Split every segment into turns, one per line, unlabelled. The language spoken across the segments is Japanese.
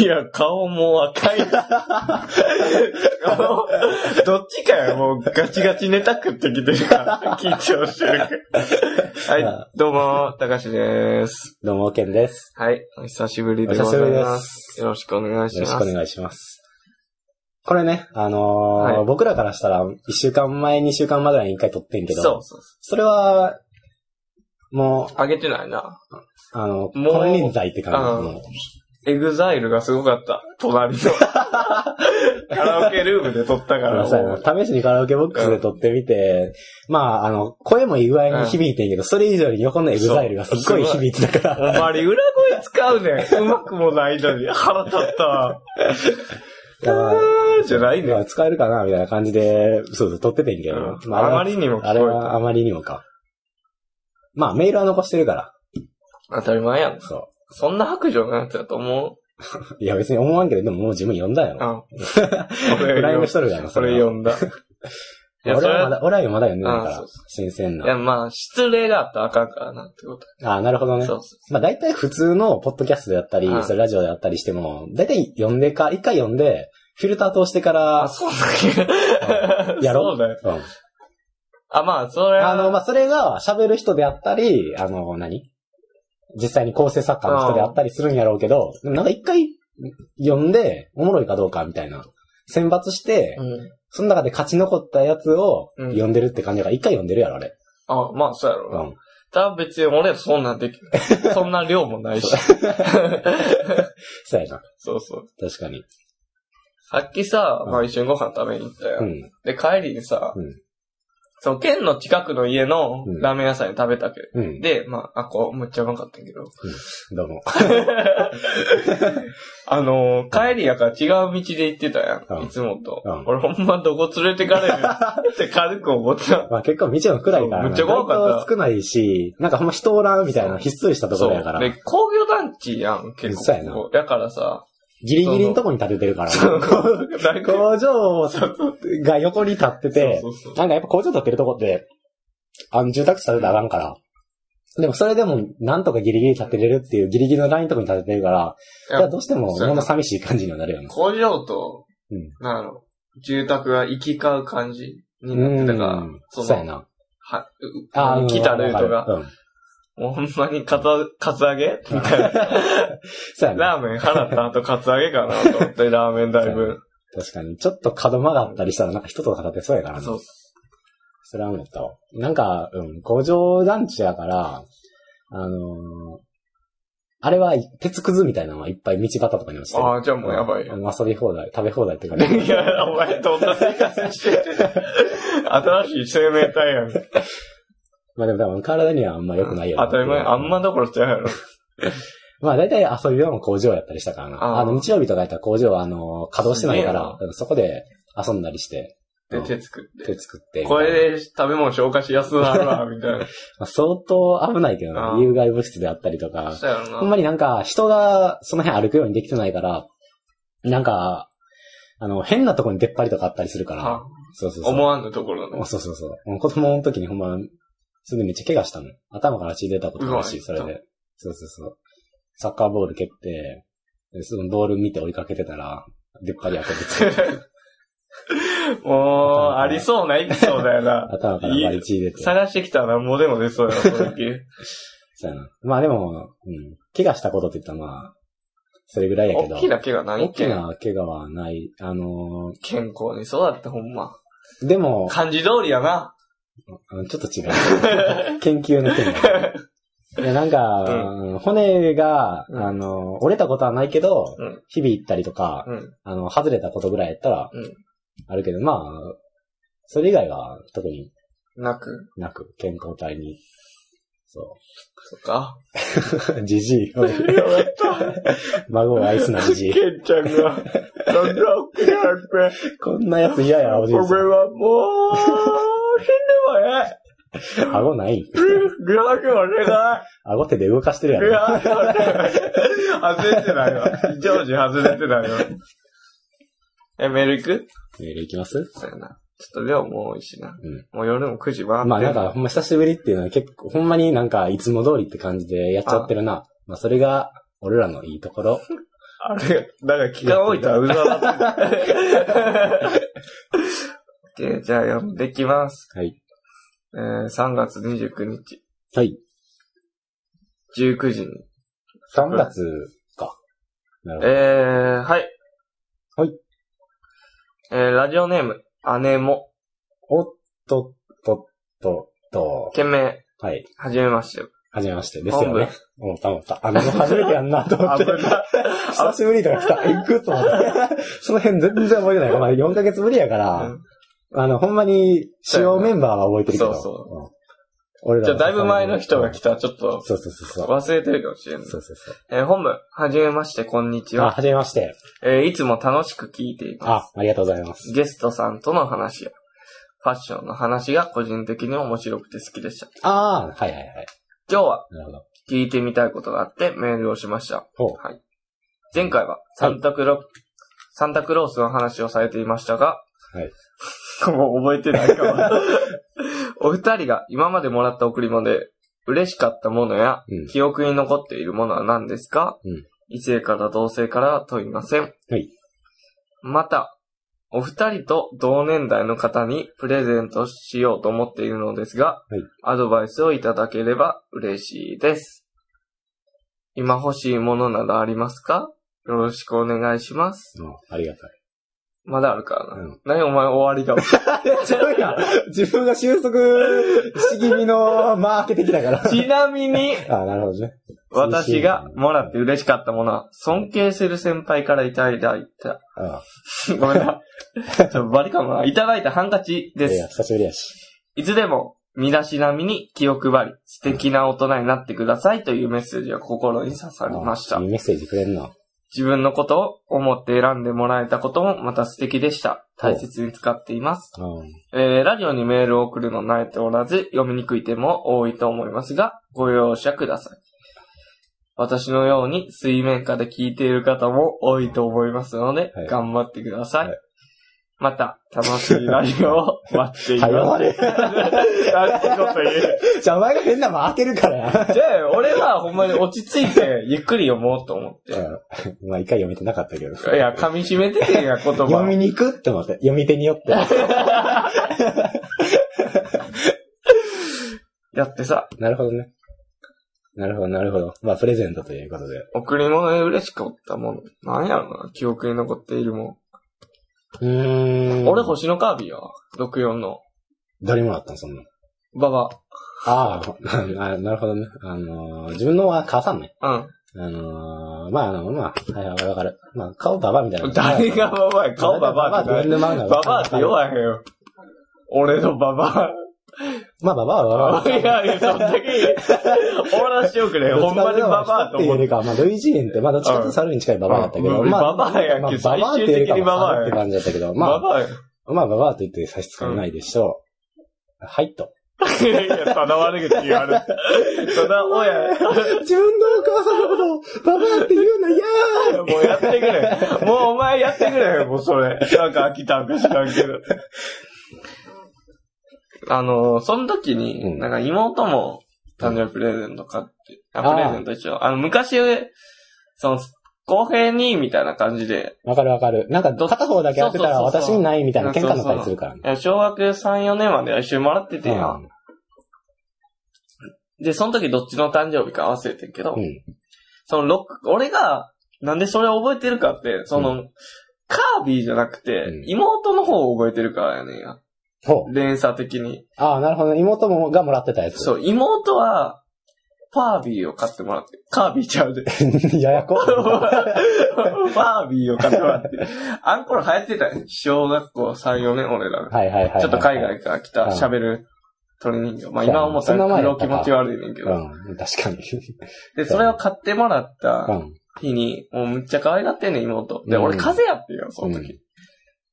いや、顔も赤い。顔どっちかよ、もうガチガチネタ食ってきてるから、緊張してるから。はい、どうも、たかしです。
どうも、ケンです。
はい、お久しぶり
お
で
久
ご
しぶ
ざい
りで
ます。
す。
よろしくお願いし
よろ
ま
しくお
す。
願いします。これね、あのー
はい
僕らからしたら、一週間前、二週間前ぐらいに一回撮ってんけど、
そうそうそ
それは、もう、
う。あげてないな。
あの、
もう
金輪際って感じ
うんエグザイルがすごかった。隣 の。カラオケルームで撮ったから。
そうやな試しにカラオケボックスで撮ってみて、まあ、あの、声もいい具合に響いてんけど、それ以上に横のエグザイルがすっごい響いてたか
お
ら、
前裏声使うねん。うまくもないのに。腹立ったわ。じゃないね
まあ、使えるかなみたいな感じで、そうそう、撮っててんけど、
うん
あれ
あ
は
まりにも
あ
聞
れ
こ
はあまりにもか。まあ、メールは残してるから。
えた。当たり前やん。
そ
そんな白状なやつやと思う。
う。いや、別に思わんけど、でももう自分読んだよ。
あ
フ
俺
ライングし
そ
とるやろ、
れ
は
読ん だ。いや、そ
俺
れ
はま
は、
だ、俺はまだ読んでないか
あそ
ら
うそ。
新鮮
い
な。
や、まあ、失礼があったらあかんからなってこと。
ああ、なるほどね
そ。うそ
まあ、大体普通のポッドキャストであったり
う、ん
それラジオであったりしても、大体読んでか、一回読んで、フィルター通してか
う。あ、
ら、
そうだけど。
やろ
そうだよ。
うん。
あ、まあ、それは。
あの、まあ、それが喋る人であったり、あの、何実際に構成作家の人であったりするんやろうけど、でもなんか一回読んで、おもろいかどうかみたいな。選抜して、
うん。
その中で勝ち残ったやつを
うん
読んでるって感じだから、一回読んでるやろ、あれ。
あ、まあ、そうやろう
う
な。
ん。
ただ別に俺そんなんでき る。そんな量もないし。
そうやな。
そうそう。
確かに。
さっきさ、
うん
まあ一緒にご飯食べに行ったよ。
うん。
で、帰りにさ、
うん
その県の近くの家の
うん
ラーメン屋さんで食べたけど、
うん。
で、まあ、あ、こう、むっちゃうまかったんやけど。
どうも。
あのー、帰りやから違う道で行ってたやん。
うん
いつもと。
うん
俺ほんまどこ連れてか れるって軽く思った。
まあ結構道も暗
そ
いから
う
な、
むっちゃ怖かった
街灯少ないし、なんかほんま人おらんみたいな、ひっそりしたところやから。
で、工業団地やん、結構。
そうやな
だから さ、
ギリギリのとこに建ててるから。
そうなんか
工場が横に立ってて
そ、うそうそう
なんかやっぱ工場建てるとこって、あの住宅地建てたらあかんから。でもそれでも、なんとかギリギリ建てれるっていうギリギリのラインのとこに建ててるから、
い
い
や
やどうしても、
そうやな
ほんま寂しい感じにはなるよね。
工場と、
うん
なんやろ、住宅が行き交う感じになってたから
うん、
そ
そうや
の、
な。
は、う
ー
来たルート
わか
が、
るうん。
もうほんまにカツア、カツアゲみたいな。
そうやな。
ラーメン払った後カツアゲかなと思って、ラーメンだいぶ。
確かに。ちょっと角曲がったりしたら、なんか人と戦ってそうやからな。
そう。
それは思ったわ。なんか、うん、工場団地やから、あのーあれは鉄くずみたいなのはいっぱい道端とかに落ちてる。
ああ、じゃあもうやばい
あ
やん。
の遊び放題、食べ放題って感じ。
いや、お前どんな生活してる新しい生命体やん。
まあでも多分体にはあんま良くないよな
当たり前、あんまどころちゃうやろ。
まあ大体遊びはもう工場やったりしたからな。
あー
あの日曜日とかやったら工場はあのー稼働してないか
すげ
ら、うんそこで遊んだりして、
で、手作って。
手作って。
これで食べ物消化しやすくなるわ、みたいな。
まあ、相当危ないけど
あ
な。
ー
有害物質であったりとか
そ。うやろな。
ほんまになんか、人がその辺歩くようにできてないから、なんか、あの、変なとこに出っ張りとかあったりするから
あ、
そうそうそう。
思わぬところの。
そうそうそう。もう子供の時にほんま、それでめっちゃ怪我したの。頭から血出たことある
う
し、
わ
それで。そうそうそう。サッカーボール蹴って、でそのボール見て追いかけてたら、出っ張り当 ててて、
もう、ありそうなエピソードやな。
頭からバリ血出て。
探してきたら何もでも出そうやな、そ の時。
そうやなまあでも、うん。怪我したことって言ったらまあ、それぐらいやけど。
大きな怪我ない
大
け
き
ん。
な怪我はない。あの
健康に育ってほんま。
ーでも、
漢字通りやな。
あのちょっと違 う。研究の件だいや、なんか、骨が、
うん
あの、折れたことはないけど、
うん
日々行ったりとか、
うん。
あの、外れたことぐらいやったら、
うん
あるけど、まあ、それ以外は特に
なく。
なく、健康体に。そ
そっか。
う。じじい。孫を愛すな じじい。
ケンちゃんが、なんだっけ、あれ。
こんなやつ嫌や、おじい
俺はもう、死ぬわね。
さん。顎ない
リハでお願い。
顎手で動かしてるや
リ
ろ。
ハでお願い。外れてないわ。常時外れてないわ。え、メール行く
メールいきます
そうやな。ちょっと量も多いしな。
うん
もう夜も9時回ってる
まあなんか、ほんま久しぶりっていうのは結構、ほんまになんかいつも通りって感じでやっちゃってるな。まあそれが、俺らのいいところ。
あれ、なんか期間置いたらうざ なって OK、じゃあ読んできます。
はい。
えー、3月29日、
はい。
19時に。
3月か。なるほど。
えー、はい。
はい。
えー、ラジオネーム、姉も、
おっとっとっとっと、
件名、
はい。
はじめま して。
はじめまして。ですよね。思った思った。あの、初めてやんなと思って。
な。
久しぶりとか来た。えぐっと思って。その辺全然覚えてない。まあ4ヶ月ぶりやから、あの、ほんまに、主要メンバーは覚えてるけど。
そうそ
うん俺ら
じゃあ、
の
だいぶ前の人が来たらちょっと
そうそうそうそう。
忘れてるかもしれない。
そうそうそ
えー本部、はじめまして、こんにち
う。あ、
は。
はじめまして。
えーいつも楽しく聞いていま
あ、ありがとうございます。
す。ゲストさんとの話や、ファッションの話が個人的に面白くて好きでした。
ああ、はいはいはい。
今日は
なるほど。
聞いてみたいことがあってメールをしました。
ほう
はい。前回はサンタクロ、サンタクロースの話をされていましたが、
はい。
もう覚えてないかも。 お二人が今までもらった贈り物で嬉しかったものや、
うん
記憶に残っているものは何ですか、
うん
異性から同性からは問いません。
はい。
また、お二人と同年代の方にプレゼントしようと思っているのですが、
はい
アドバイスをいただければ嬉しいです。今欲しいものなどありますかよろしくお願いします。
うん、ありがたい。
まだあるからな。
うん
何お前終わりか も。
自分が、自分が収束し気味のマーケてきたから。
ちなみ に、
あなるほどね。
私がもらって嬉しかったものは、尊敬する先輩からいただいた。
あ
ごめんな。ちょっとバリかもな。いただいたハンカチ
あ。
で
い
す
や、。久しぶりやし。
いつでも、身だしなみに気を配り、素敵な大人になってくださいというメッセージが心に刺さりました
あい。いメッセージくれんの。
自分のことを思って選んでもらえたこともまた素敵でした。大切に使っています。
うん。
えー、ラジオにメールを送るの慣れておらず、読みにくい点も多いと思いますが、ご容赦ください。私のように水面下で聞いている方も多いと思いますので、
はい
頑張ってください。
は
また、楽しいラジオを待っています。
早まれ。
なんてこと言う。
じゃあお前が変なもん当てる から。
じゃあ、俺はほんまに落ち着いて、ゆっくり読もうと思って。
まあ一回読めてなかったけど。
いや、噛み締めててんや、言葉。
読みに行くって思って、読み手によって。
やってさ、
なるほどね。なるほど、なるほど。まあ、プレゼントということで。
贈り物で嬉しかったもの。なんやろな、記憶に残っているも
うー
ん。
ん。
俺、星のカービィや。64の。
誰もらったんそんな。
ババ。
ああ、あなるほどね。あのー自分のは母さんね。
う
あのーまあ、あの、まあ、はいはい、わかる。まあ、顔ババアみたいな。
ん。誰がババや顔ババアって
ババアって呼んでもらうの
何
は
ババアって言わへんよ。俺のババ
まあ、ババアはババ
ア。いやいや、そんだけ言う終わらしておくれ。
ア。
ほんまにババアと
どっちかってい
思
うよ
って。
りかは、まあ、類人猿って、まあ、どっちかっていうと猿に近いババアだったけど、
うん
まあ、
ババアやんけ。
まあ
最
ババアって
終
いうより
的
か
に
は
ババ
猿
ア
って
やん。
感じだったけど、ま
バ、
あ
バアやん。
まあ、ババアと言って差し支えないでしょう。はい、と。
いやいや、ただ悪口言われる。ただ、親、
自分のお母さんのことを、ババアって言うの嫌ー
もうやってくれ。もうお前やってくれよ、もうそれ。なんか飽きたんか知らんけど。あの、その時
う
に、
ん
なんか妹も誕生日プレゼント買って、あ
あー
プレゼント一応。あの、昔、その、公平に、みたいな感じで、
わかるわかる。なんか、片方だけ当てたら
そうそうそう
私
そう
にないみたいな喧嘩になったりするからね。
え小学3、4年まで一緒にもらっててや。で、その時どっちの誕生日か忘れてんけど、
うん。うん
そのロック、俺が、なんでそれを覚えてるかって、その、カービィじゃなくて、
うん
妹の方を覚えてるからやねんや。
ほう。
連鎖的に。
ああ、なるほど。妹もがもらってたやつ。
そう、妹は、パービーを買ってもらって、カービィちゃう で。
や やこ。
パービーを買ってもらって。あんころ流行ってたよ。小学校3、4年俺らが。
はいはいはいはい。
ちょっと海外から来た
うん
喋る鳥人形。まあ今思ったら黒気持ち悪いねんけど。
うん、確 かに。
で、それを買ってもらっ
う
た
ん。
日に、もうむっちゃ可愛がってんねん妹。で、
うん
俺風邪やってんよ、その
う
時。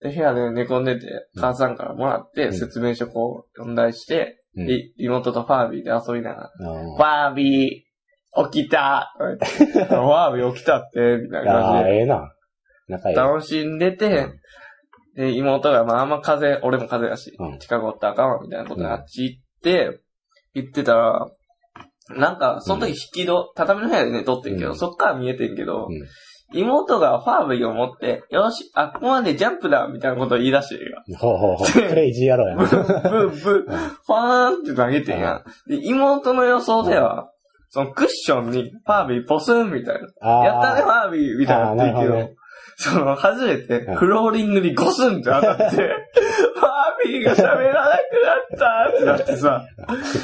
で、部屋で寝込んでて、母さんからもらって、
ん
説明書こう、読んだりして、
うん
で妹とパービーで遊びながら、
うん
ワービー、起きたワービー起きたって、みたいな
あ
感
あ、
じ
ええな。仲い
で。
い。
楽しんでて、で、妹が、まああんま風邪、俺も風邪やし、
うん
近くおったらあかんわ、みたいなことになっち行って、言ってたら、なんか、その時引き戸、畳の部屋でね、撮ってんけど、
うん
そっから見えてんけど、
うん
妹がファーブリを持って、よし、あ、ここまでジャンプだみたいなことを言い出してるよ。
ほうほうほう。 クレイジー野郎や
ブ
な。
ーブー、ファーンって投げてんやん。で、妹の予想では、そのクッションにファービーポスンみたいな。やったね、フ
あ
ァービーみたいなって言うけ
あーなるほど
ど
ね、
その、外れて
うん、
フローリングにゴスンって当たって、ファービーが喋らなくなったってなってさ、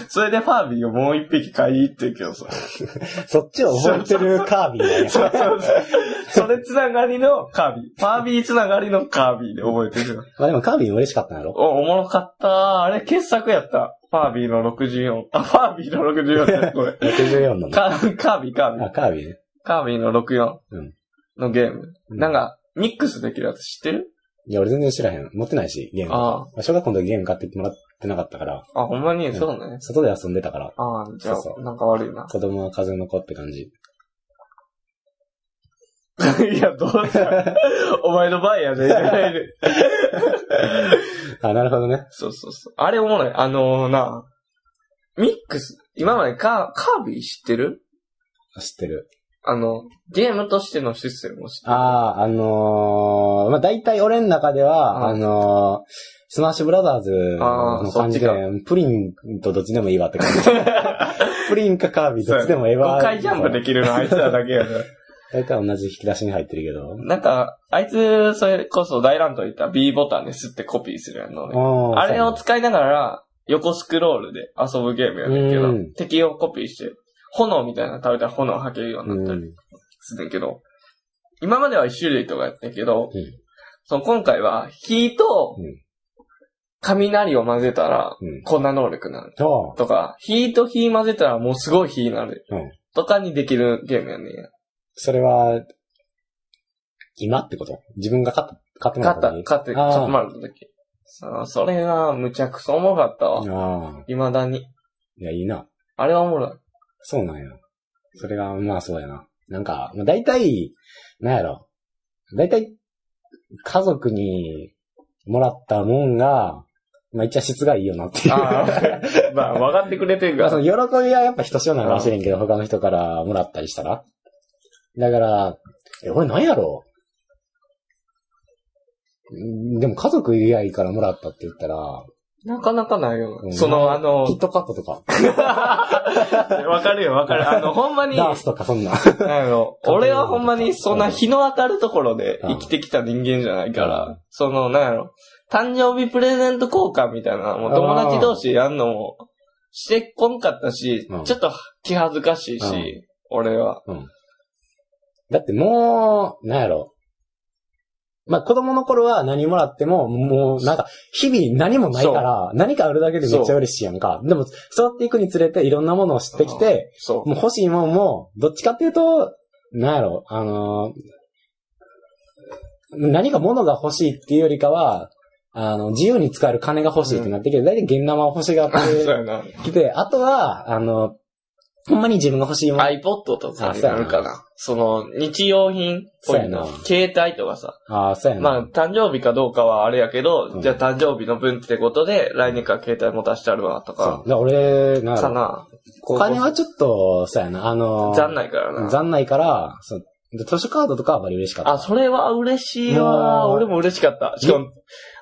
それでファービーをもう一匹買いに行ってるけど さ、
ーそっちを覚えてるカービィなん や。
そうそうそう。それつながりのカービィ。ファービーつながりのカービィで覚えてるよ。
まあでもカービィ嬉しかったんやろ。
お、おもろかった。あれ傑作やった。ファービーの64。あ、ファービーの64って、こ れ。
64のね。
カーカービィ、カービィ
あ、。カービィね。
カービィの64
うん
のゲーム。
うん
なんか、ミックスできるやつ知ってる
いや、俺全然知らへん。持ってないし、ゲーム。
あ
小学校の時ゲーム買ってもらってなかったから、
あ、ほんまに、
ん
そうね。
外で遊んでたから、
ああ、じゃ
そうそ
あ、なんか悪いな。
子供は風の子って感じ。
いや、どうした お前の場合や ね。
あ、なるほどね。
そうそうそう。あれおもろい。あのな、ミックス。今までカーカービィ知ってる
知ってる。
あの、ゲームとしてのシステムを知ってる。
ああ、あのー、まあ、大体俺の中では、
う
あのー、スマッシュブラザーズの感じで
あー、
プリンとどっちでもいいわって感 じ。プリンかカービィどっちでもええわ。
5回ジャンプできるのあいつらだけやね。
大体同じ引き出しに入ってるけど。
なんか、あいつ、それこそ大乱闘行った B ボタンで吸ってコピーするやんのね。
あ
あれを使いながら、横スクロールで遊ぶゲームやねんけ
う
ど
ん、
敵をコピーして、炎みたいなの食べたら炎吐けるよう
う
になったり
ん。
するんけど、今までは一種類とかやったけど、
うん
その今回は火と
うん
雷を混ぜたら、
うん。
こんな能力になる。
と、
とか、火と火混ぜたらもうすごい火になる。
うん
とかにできるゲームやねんや。
それは、今ってこと自分が買った、買ってもら
勝っ
っ
た
た
勝
時、
って、
あー
勝ってもらった時。さあ、それがむちゃくそおもろかったわ。
ああ。
未だに。
いや、いいな。
あれはおもろ い。
そうなんや。それが、まあそうやな。なんか、まあ、大体、なんやろ。大体、家族にもらったもんが、まあ一応質がいいよなっていう。
ああ、まあ、分かってくれてる
ま
か
あその
ら。
喜びはやっぱ人しおなのかもしれんけど、他の人からもらったりしたら。だから、え、俺なんやろうんでも家族以外からもらったって言ったら、
なかなかないよ
う
な。
ん
その、あの
キ、ットカットとか、
わかるよ、わかる。あ の、ほんまに、
ダ
あ
ースとかそんな。
の、俺はほんまにそんな日の当たるところで生きてきた人間じゃないか
う
ら、その、なんやろ、誕生日プレゼント交換みたいなのも友達同士やんのもしてこんかったし
う、ん
ちょっと気恥ずかしいうし
ん、
俺は。
だってもう、なんやろ。まあ、子供の頃は何もらっても、もう、なんか、日々何もないから、何かあるだけでめっちゃ嬉しいやんか。でも、育っていくにつれていろんなものを知ってきて、
そ
もう欲しいもんも、どっちかっていうと、なんやろ、あのー何か物が欲しいっていうよりかは、あの、自由に使える金が欲しいってなってきて、だいたい現生を欲しがっ
う。 そう
て
やな。
きて、あとは、あの、ほんまに自分が欲しいもの
iPod とかになるかな。その、日用品っぽいの
そうやな
携帯とかさ、
ああ、そうやな。
まあ、誕生日かどうかはあれやけど、
うん
じゃあ誕生日の分ってことで、来年から携帯持たしてあるわ、と
そう。だ
か、
から俺、なんやろ
かな。
お金はちょっと、そうやな、あのー、
残ないからな。
残ないから、そう、で図書カードとかは割り嬉しかった。
あ、それは嬉しいわ。
もう
俺も嬉しかった。しかも、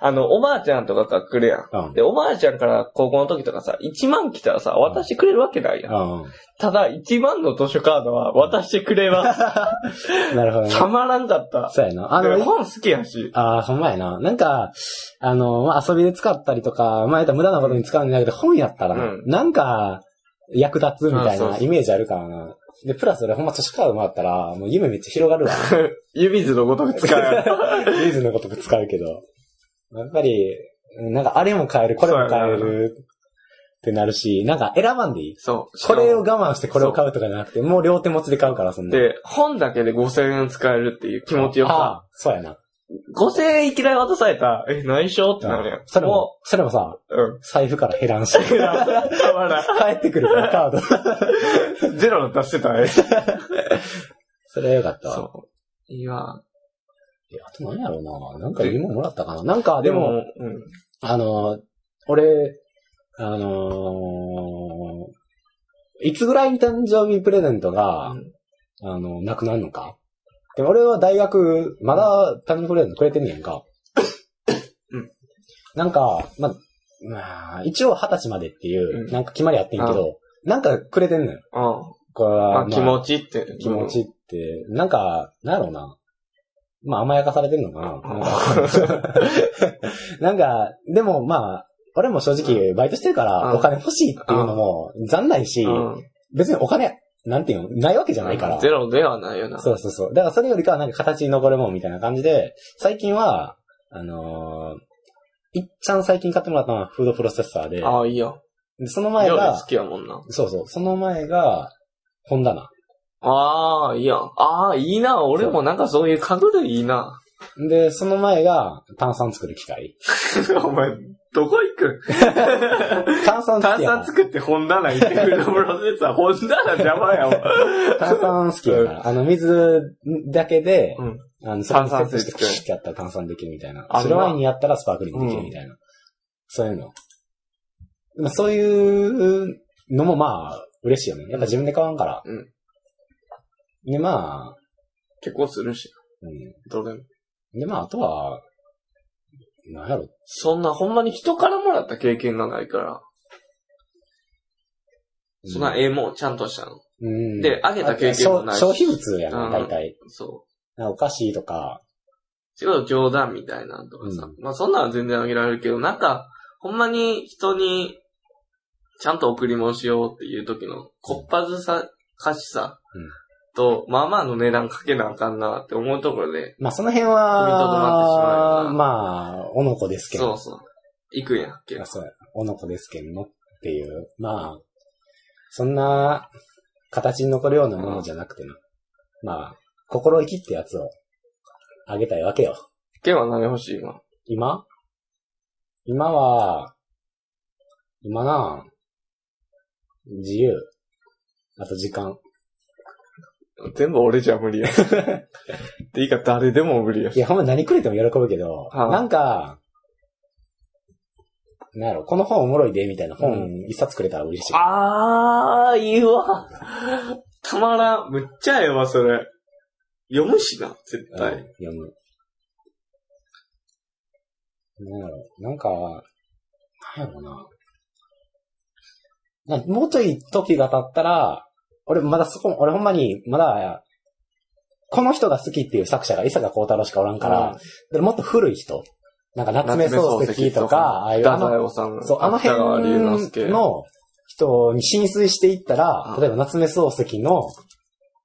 あの、おばあちゃんとかが来るやん。
うん。
で、おばあちゃんから高校の時とかさ、1万来たらさ、渡してくれるわけないやん。
う
ただ、1万の図書カードは渡してくれます。
ん。なるほどね。
たまらんかった。
そうやな。あ
で
の、
本好きやし。
あーほんまやな。なんか、あの、まあ、遊びで使ったりとか、まあ、やったら無駄なことに使うんじゃなくて、本やったらな、
うん
なんか、役立つみた
あ
い
そうそ
な
う
イメージあるからな。で、プラス俺ほんま図書カードもらったら、もう夢めっちゃ広 がるわ。
指図のごとく使う。
リーズのことく使うけど。やっぱり、なんかあれも買える、これも買え
そう
るってなるし、なんか選ばんでいい
そう。
これを我慢してこれを買うとかじゃなくて、もう両手持ちで買うから、そんな。
で、本だけで5000円使えるっていう気持ちよ
あ
さ。
あそうやな。
5000円いきなり渡されたら、え、内緒ってなるやん。
それ
も
も、それもさ、
う、 うん。
財布から減ら んし。
いやたまらん
返ってくるから、カー ド。
ゼロ出してたね。
それはよかったわ。
そう。いや、
いやあと何やろうな。なんかいいもんもらったかな。なんか、
で
でも、
も、うん。
あの、俺、あのーいつぐらいに誕生日プレゼントが、あの、なくなるのかでも俺は大学、まだ誕生日プレゼントくれてんねやんか。
うん。
なんか、ま、まあ、一応二十歳までっていうう、
ん
なんか決まりあってんけど、なんかくれてんの
う
よ。
ん。
これは、
あ、
ま
気持ちって。
気持 ちって、なんか、なんやろうな。まあ甘やかされてるのかな。なんか、でもまあ、俺も正直バイトしてるか
うん
らお金欲しいっていうのも残ないし、
うん。うん
別にお金、なんていうの、ないわけじゃないから。
ゼロではないよな。
そうそうそう。だからそれよりかはなんか形に残るもんみたいな感じで、最近は、あのーいっちゃん最近買ってもらったのはフードプロセッサーで、
ああ、いいよ。
でその前
料理
が
好、きやもんな。
そうそう、その前が、本棚。
ああ、いいやん。ああ、いいな。俺もなんかそういう家具でいいな。
で、その前が、炭酸作る機械。
お前、どこ行く
炭酸好
炭
きや
酸作って本棚行ってくるプロセッサー、本棚邪魔やもん。
炭酸好きやから。あの、水だけで、
うん
あの、
炭酸水
して
作る
ってやったら炭酸できるみたいな
あ。るな
白ワインにやったらスパークリングできるみたいな。そういうの。まあ、そういうのもまあ、嬉しいよね。やっぱ自分で買わんから。
うん
で、まあ、
結構するし、
うん。
どれも。
で、まあ、あとは、なんやろ。
そんなほんまに人からもらった経験がないから、そんなええもんちゃんとしたの。
うん
であげた経験もないし
消消費物や
うん
な、大体。
そ
なんかお菓子とか、
う。ちょっと冗談みたいなんとかさ。まあそんなんは全然あげられるけど、なんか、ほんまに人に、ちゃんと贈り物しようっていう時の、こっぱずさ、かしさ、
うん
と、まあまあの値段かけなあかんなって思うところで、
まあその
踏
辺
みとどまってしまうよ
は、
な
まあ、おのこですけ
そう
ど。
そう。行くんやっけ
まあ。そうやおのこですけどもっていう。まあ、そんな形に残るようなものじゃなくてな。まあ、心意気ってやつをあげたいわけよ。
けは何欲しい今。
今今は、今な、自由。あと時間。
全部俺じゃ無 理や。っていうか誰でも無理や
いや、ほんま何くれても喜ぶけど、
はい
なんか、なんやろ、この本おもろいで、みたいな
う
本一冊くれたら嬉しい。
あー、いいわ。たまらん。むっちゃええわ、それ。読むしな、絶
うん
対。
読む。なんやろ、なんか、なんやろな。なもうちょい時が経ったら、俺まだそこ、俺ほんまに、まだ、この人が好きっていう作者が伊坂幸太郎しかおらんから、でもっと古い人。なんか夏目漱石とか、ああいう
太
あの
宰治さん。
そう、あの辺の人に浸水していったら
う、ん
例えば夏目漱石の、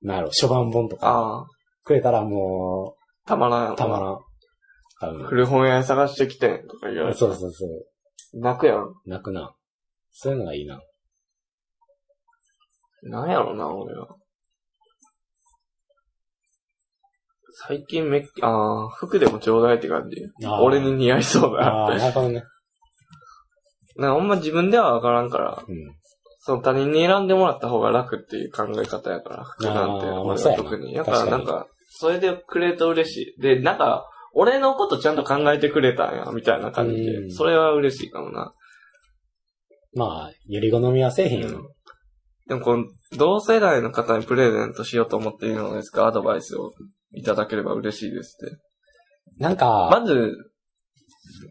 なんやろ、初版本とか、
ああ、
くれたらも
たまらん。
う、たま
ん。
らん。多分。
古本屋探してきてんとか言われて。
そうそうそう。
泣くやん。
泣くな。そういうのがいいな。
なんやろな、俺は。最近めっき、ああ、服でもちょうだいって感じ。
あー
俺に似合いそうな。
ああ、なるほどね。
なんかほんま自分ではわからんから、
うん。
その他人に選んでもらった方が楽っていう考え方やから、服なんて、
あー
俺
そう
は
やな
特に。だから
確か
な
に
んか、それでくれると嬉しい。で、なんか、俺のことちゃんと考えてくれたんや、みたいな感じ
う
で。
ん
それは嬉しいかもな。
まあ、より好みはせえへんよな。
でも、この、同世代の方にプレゼントしようと思っているのですかアドバイスをいただければ嬉しいですって。
なんか、
まず、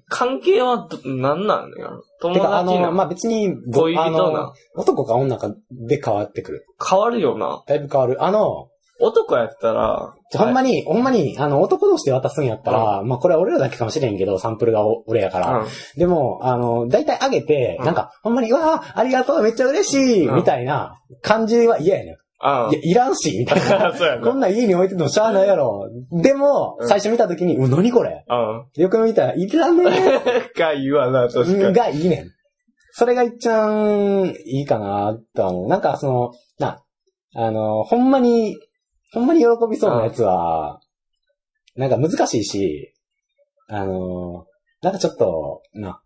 関係はど、なんなんやろ友
てか、あ
達
の、
な、
まあ別に、ど
恋人な
あの男か女かで変わってくる。
変わるよな。
だいぶ変わる。あの、
男やったら、
ほんまに、ほんまに、あの、男同士で渡すんやったら、まあこれは俺らだけかもしれんけど、サンプルがお俺やから。
うん
でも、あの、大体あげて、
うん
なんか、ほんまに、うわあ、ありがとう、めっちゃ嬉しい、
うん
みたいな感じは嫌やねん。
ああ
いや、いらんし、みたいな。
そうやな。
こんなん家に置いててもしゃあないやろ。でも、
うん
最初見た時に、うわ、何これ
うん。
よく見たら、いらね
か言わな、 確か
え。
に。
がいいねん。それがいっちゃん、いいかな、とは思う。なんか、その、な、あの、ほんまに、ほんまに喜びそうなやつは、なんか難しいし、あの、なんかちょっと、な、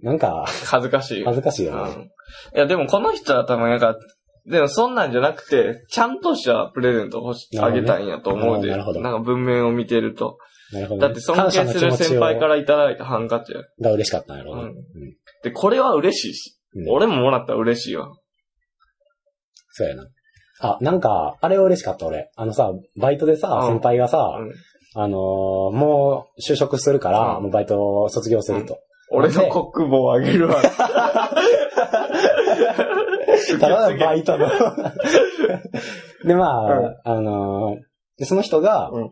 なんか、
恥ずかしい。
恥ずかしいよね。
いや、でもこの人は多分なんか、でもそんなんじゃなくて、ちゃんとしたプレゼントを欲し
な
あ
るほどね
げたいんやと思うで。
なるほど
なんか文面を見てると。
なるほど、
だ
ね。。
って尊敬する先輩かららいただいたハンカチや。
が嬉しかったんや
う
ろうな。
ん。で、これは嬉しいし。
うん
俺ももらったら嬉しいわ。
そうやな。あ、なんか、あれ嬉しかった俺。あのさ、バイトでさ、
うん
先輩がさ、
うん
あのーもう就職するから、
うん
もうバイトを卒業すると。
俺のコック帽をあげるわ。
ただのバイ トの。 で、まあ、
うん
あのーでその人が、
うん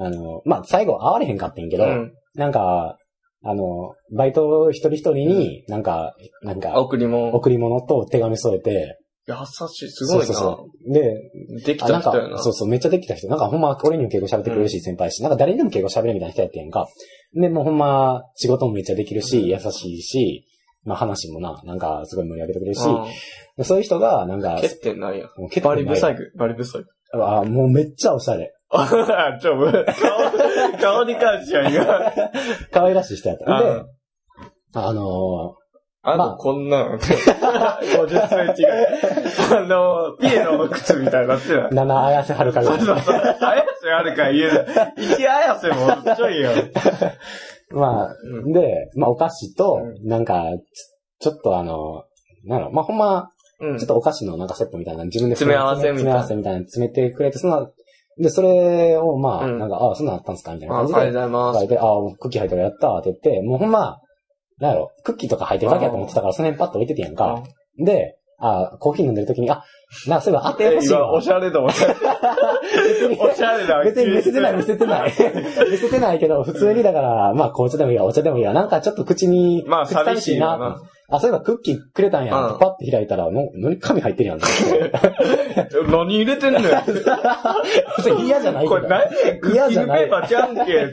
あのーまあ、最後会われへんかってんけ
う
ど、
ん。
なんか、あのーバイト一人一人に、なんか、なんか、
贈り物。
贈り物と手紙添えて、
優しい。すごいな。
そうそうそう。で、
でき
あ、な
た
んか
人やな。、
そうそう、めっちゃできた人。なんかほんま、俺にも敬語喋ってくれるし、先輩やし、なんか誰にでも敬語喋るみたいな人やってんやんか。で、もうほんま、仕事もめっちゃできるし、優しいし、まあ話もな、なんかすごい盛り上げてくれるし、そういう人が、なん
う
か
ん、欠点ないや。
もう結
バリブサ
イ
イク。バリブサイク。
あ、もうめっちゃおしゃれ。
あ、ちょ、もう顔、顔に関しては言わない。
可愛らしい人やった。で、
あ
あの
あ
まあ
とこんなの。50センチが。あの、ピエロの靴みたいになってない
ー、。七綾瀬はるか
そうそ
が、
うそう。綾瀬あるから言えない。一綾瀬もちょいよ。
まあ、
う
で、まあお菓子と、
う
なんか、ちょちょっとあのなんやろ、まあほんま、
うん
ちょっとお菓子のなんかセットみたいな、自分で
詰め合わせみたいな
詰め合わせみたいなの詰めてくれて、そんな、で、それをまあ、
うん
なんか、ああ、そんなのあったんすかみたいな感じ
ああり
で、
がとうござい
書いて、ああ、クッキー入ったからやったーって言って、もうほんま、なんやろ、クッキーとか入ってるだけやと思ってたから、その辺パッと置いててやんか
ま。す。
で、ああ、コーヒー飲んでる時に、あ、なんかそういえば当てほしい
今、
わ
お。しゃれだもん。おしゃれだ
別に見せてない、見せてない。 見せてないけど、普通にだから、まあ紅茶でもいいわ、お茶でもいいわ。なんかちょっと口に、
まあ、
口
寂しい
と思って
な。
あ、そういえばクッキーくれたんや
うん
ってパッて開いたら、もう、何紙入ってるやん。
何入れてんのよ。
それ嫌じゃないけ
こ
ど
れ何クッキーペーパーじゃんけん。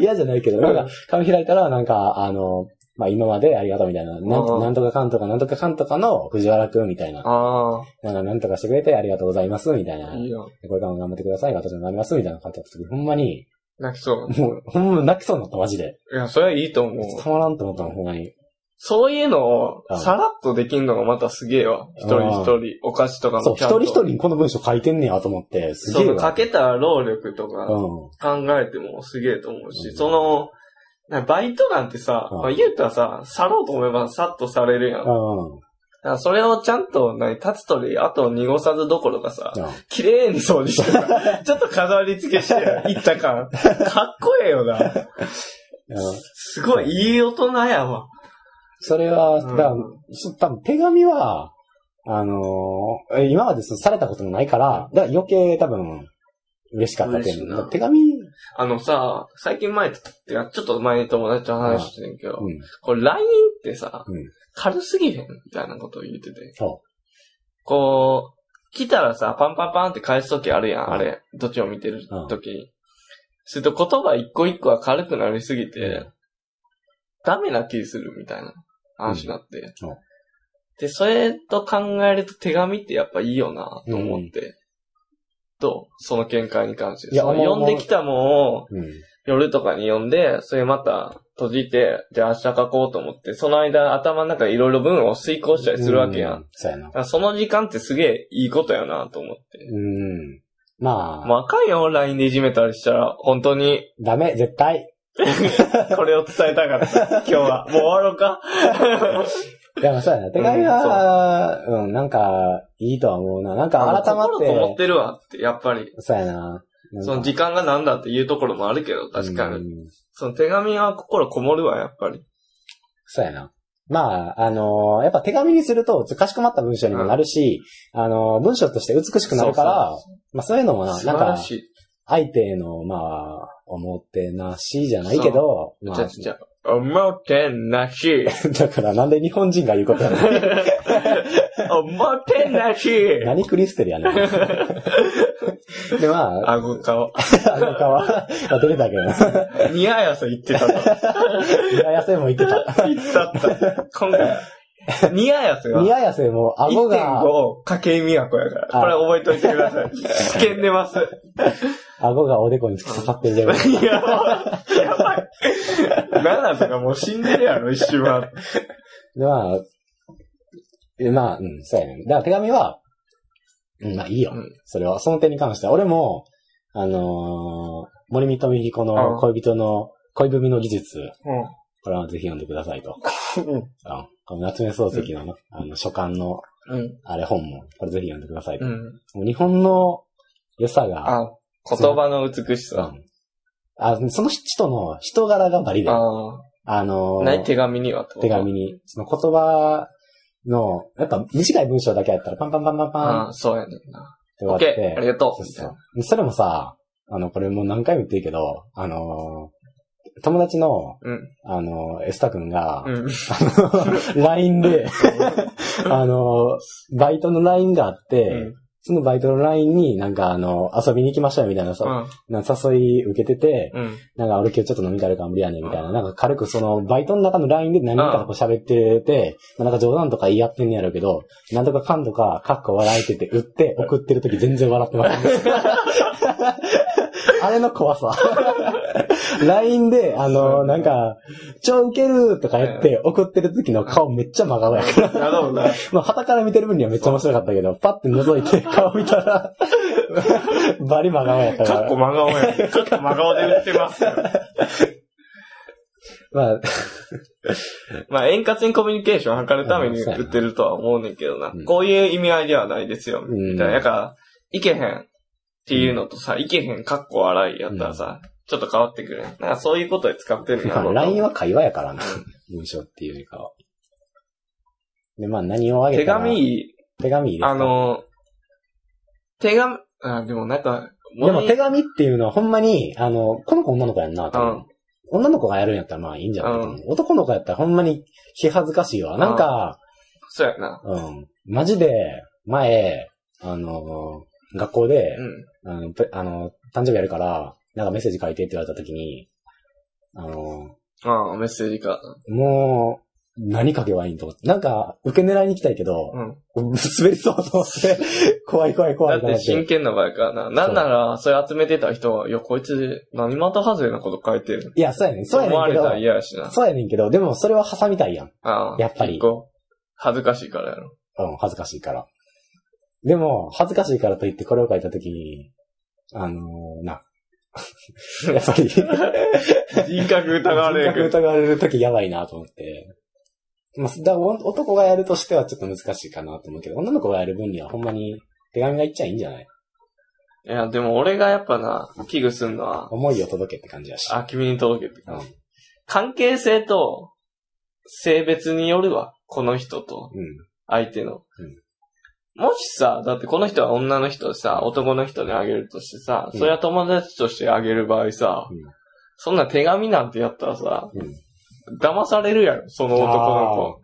嫌じゃないけ ど、なんか、紙開いたら、なんか、あの、まあ、今までありがとうみたいな、なん
う
と
ん
なんとかかんとかなんとかかんとかの藤原くんみたいな、
あ
なんかなんとかしてくれてありがとうございますみたいな、
あ、
こ
いいよ。
れからも頑張ってください、私も頑張りますみたいな感じだった時、ほんまに、
泣きそう。
もう、ほんま泣きそうになった、マジで。
いや、それはいいと思う。
たまらんと思ったの、ほんまに。
そういうのを
うん、
さらっとできんのがまたすげえわ。一人一人、お菓子とか
そう、
もち
一
ゃんと。
人一人にこの文章書いてんねやと思って、す
そ
げえ
う、か
わ。
けた労力とか、
うん。
考えてもすげえと思うし、
うん
その、なバイトなんてさ、
うん
まあ、言うたらさ、去ろうと思えばさっとされるやん。だ
うん。
からそれをちゃんと、なに、立つ鳥、あと濁さずどころかさ、
うん
綺麗に掃除して さちょっと飾り付けしていった感、かっこええよな。
うん
すごい、いい大人やわ。
それは、
うん
だからそ多分手紙は、あのーえ今までそのされたこともないから、だから余計多分、嬉しかったってい
嬉
うの
しいな
手紙、うん。
あのさ、最近前、ってかちょっと前に友達と話してんけど、
うん
これ LINE ってさ、
うん
軽すぎへんみたいなことを言ってて。
そ
こう、来たらさ、パンパンパンって返すときあるや、
うんん
あれ。どっちを見てるときに。すると言葉一個一個は軽くなりすぎ
う
て、ダメな気するみたいな話になって
うんうん。
で、それと考えると手紙ってやっぱいいよな、と思って。と、その見解に関して。
いや
その
思う
読んできたもんを、
う。うん。
夜とかに読んで、それまた閉じて、じゃあ明日書こうと思って、その間頭の中いろいろ文を遂行したりするわけや。
うんそうやな
だ。からその時間ってすげえいいことやなと思って。
うん。まあ、
まあ、あかんよ、LINE でいじめたりしたら、本当に、
ダメ、絶対。
これを伝えたか った。今日は。もう終わろうか。
いや、まあそうやな。手紙は、うん、なんか、いいとは思うな。なんか改まっ、
心こもっててるわって、やっぱり。
そうやな。なんか
その時間がなんだっていうところもあるけど、確か
う
に。
ん
その手紙は心こもるわ、やっぱり。
そうやな。まあ、あのーやっぱ手紙にすると、かしこまった文章にもなるし、あのー文章として美しくなるから、まあそういうのもな、
素
なん
晴ら
か、
しい。
相手への、まあ、おもてなしじゃないけど、
め
ま
ちゃ
あ
く、ちゃ。おもてな し。
だからなんで日本人が言うことやねん
おもてなし。
何クリステルやねん。で、まあ、
あご顔。
あの顔は、まあ、出てたけど な、
似合いやさ言ってたの。
ニアヤセも言ってた。
いつだった。今回。ニアやそれは。
ニアヤセも顎が、
1.5かけみやこやから。
あ
これ覚えといてください。危険でます。
顎がおでこに突き刺さってるじゃない
いや、やばい。ナナとかもう死んでるやろ、一瞬は。
で、まあ、えまあ、うん、そうやね。だから手紙は、うん、まあいいよ。
うん
それは、その点に関しては。俺も、あのー森見富彦
うん
の恋人の、恋文の技術、
う
これはぜひ読んでくださいと。
ん。
うん、この夏目漱石の、あの、書簡の
うん。
あれ本も。これぜひ読んでください。
うん。
もう日本の良さが、
あ、言葉の美し
う
さ。
ん。あ、その人の人柄がバリで、あ
あ
の
あ。
ー
ない手紙にはってこと
手紙に、その言葉の、やっぱ短い文章だけやったらパンパンパンパンパン
あ
っ
あ、そうやねんな。
て終
オ
わ
ッ
って、
ケー、ありがと。
そうう
みたい
そ
な
うでそれもさ、あの、これもう何回も言ってるけど、あのー友達の、
うん
あのーエスタ君が、
うん。
LINE で、 あのーバイトの LINE があって、
うん
そのバイトの LINE になんかあの、遊びに行きましょうよみたいなさ、なんか誘い受けてて、
うん。
なんか俺今日ちょっと飲み会あるから無理やねんみたいな、なんか軽くその、バイトの中の LINE で何人かとこう喋ってて、まあなんか冗談とか言い合ってんねやろうけど、なんとかかんとか、かっこ笑えてて、売って送ってる時全然笑ってます。 あれの怖さ。LINE で、あの、なんか、超ウケるとか言って送ってる時の顔めっちゃ真顔やから。
なるほどな。
まあ、旗から見てる分にはめっちゃ面白かったけど、パッて覗いて顔見た ら、バリ真顔やったか
かっこ
ら。
真顔やね。かっこ真顔で売ってますよ。
まあ、
まあ、円滑にコミュニケーションを図るために売ってるとは思うねんけどな。
うん
こういう意味合いではないですよ。
ん
みたいな。だから、いけへんっていうのとさ、いけへんかっこ笑いやったらさ、ちょっと変わってくるやん。なんかそういうことで使ってる
ま
な。
あ、LINE は会話やからな。 文章っていうよりかは。で、まあ、何をあげ
手
たら
紙、
手紙いいですか
あ、の、手紙、あ、でもなんか、
でも手
紙、
紙っていうのはほんまに、あの、この子女の子やんな、多
う
分
ん。
女の子がやるんやったらまあいいんじゃないかと思う男の子やったらほんまに気恥ずかしいわ。なんか、
そうやな。
うん。マジで、前、あの、学校で
う、ん。
あの、ぷあの、誕生日やるから、なんかメッセージ書いてって言われた時に、あの、
ああ、メッセージか。
もう、何書けばいいんと思って。なんか、受け狙いに行きたいけど、
うん。
滑りそうと思って、怖い怖い怖
だ
い
っ
と思
て
っ
真
て。
剣な場合からな。なんなら、それ集めてた人は、いや、こいつ、何また外れなこと書いてる。
いや、そうやねん。そうや
思わ
ねん
れ
け
たら
ど、
嫌やしな。
そうやねんけど、でもそれは挟みたいやん。
ああ。
やっぱり
結構恥ずかしいからやろ。
うん、恥ずかしいから。でも、恥ずかしいからといってこれを書いたときに、あのーな。やっぱり、
人格疑われるけ
人格
ど。
疑われるときやばいなと思って。まあ、だからお男がやるとしてはちょっと難しいかなと思うけど、女の子がやる分にはほんまに手紙がいっちゃいいんじゃない
いや、でも俺がやっぱな、危惧すんのは、
思いを届けって感じやし。
あ、君に届けって感じ
う
関係性と、性別によるわ。この人と、
うん。
相手の。もしさ、だってこの人は女の人でさ、男の人にあげるとしてさ、
うん
それは友達としてあげる場合さ、
うん
そんな手紙なんてやったらさ、
うん。
騙されるやろ、その男の子。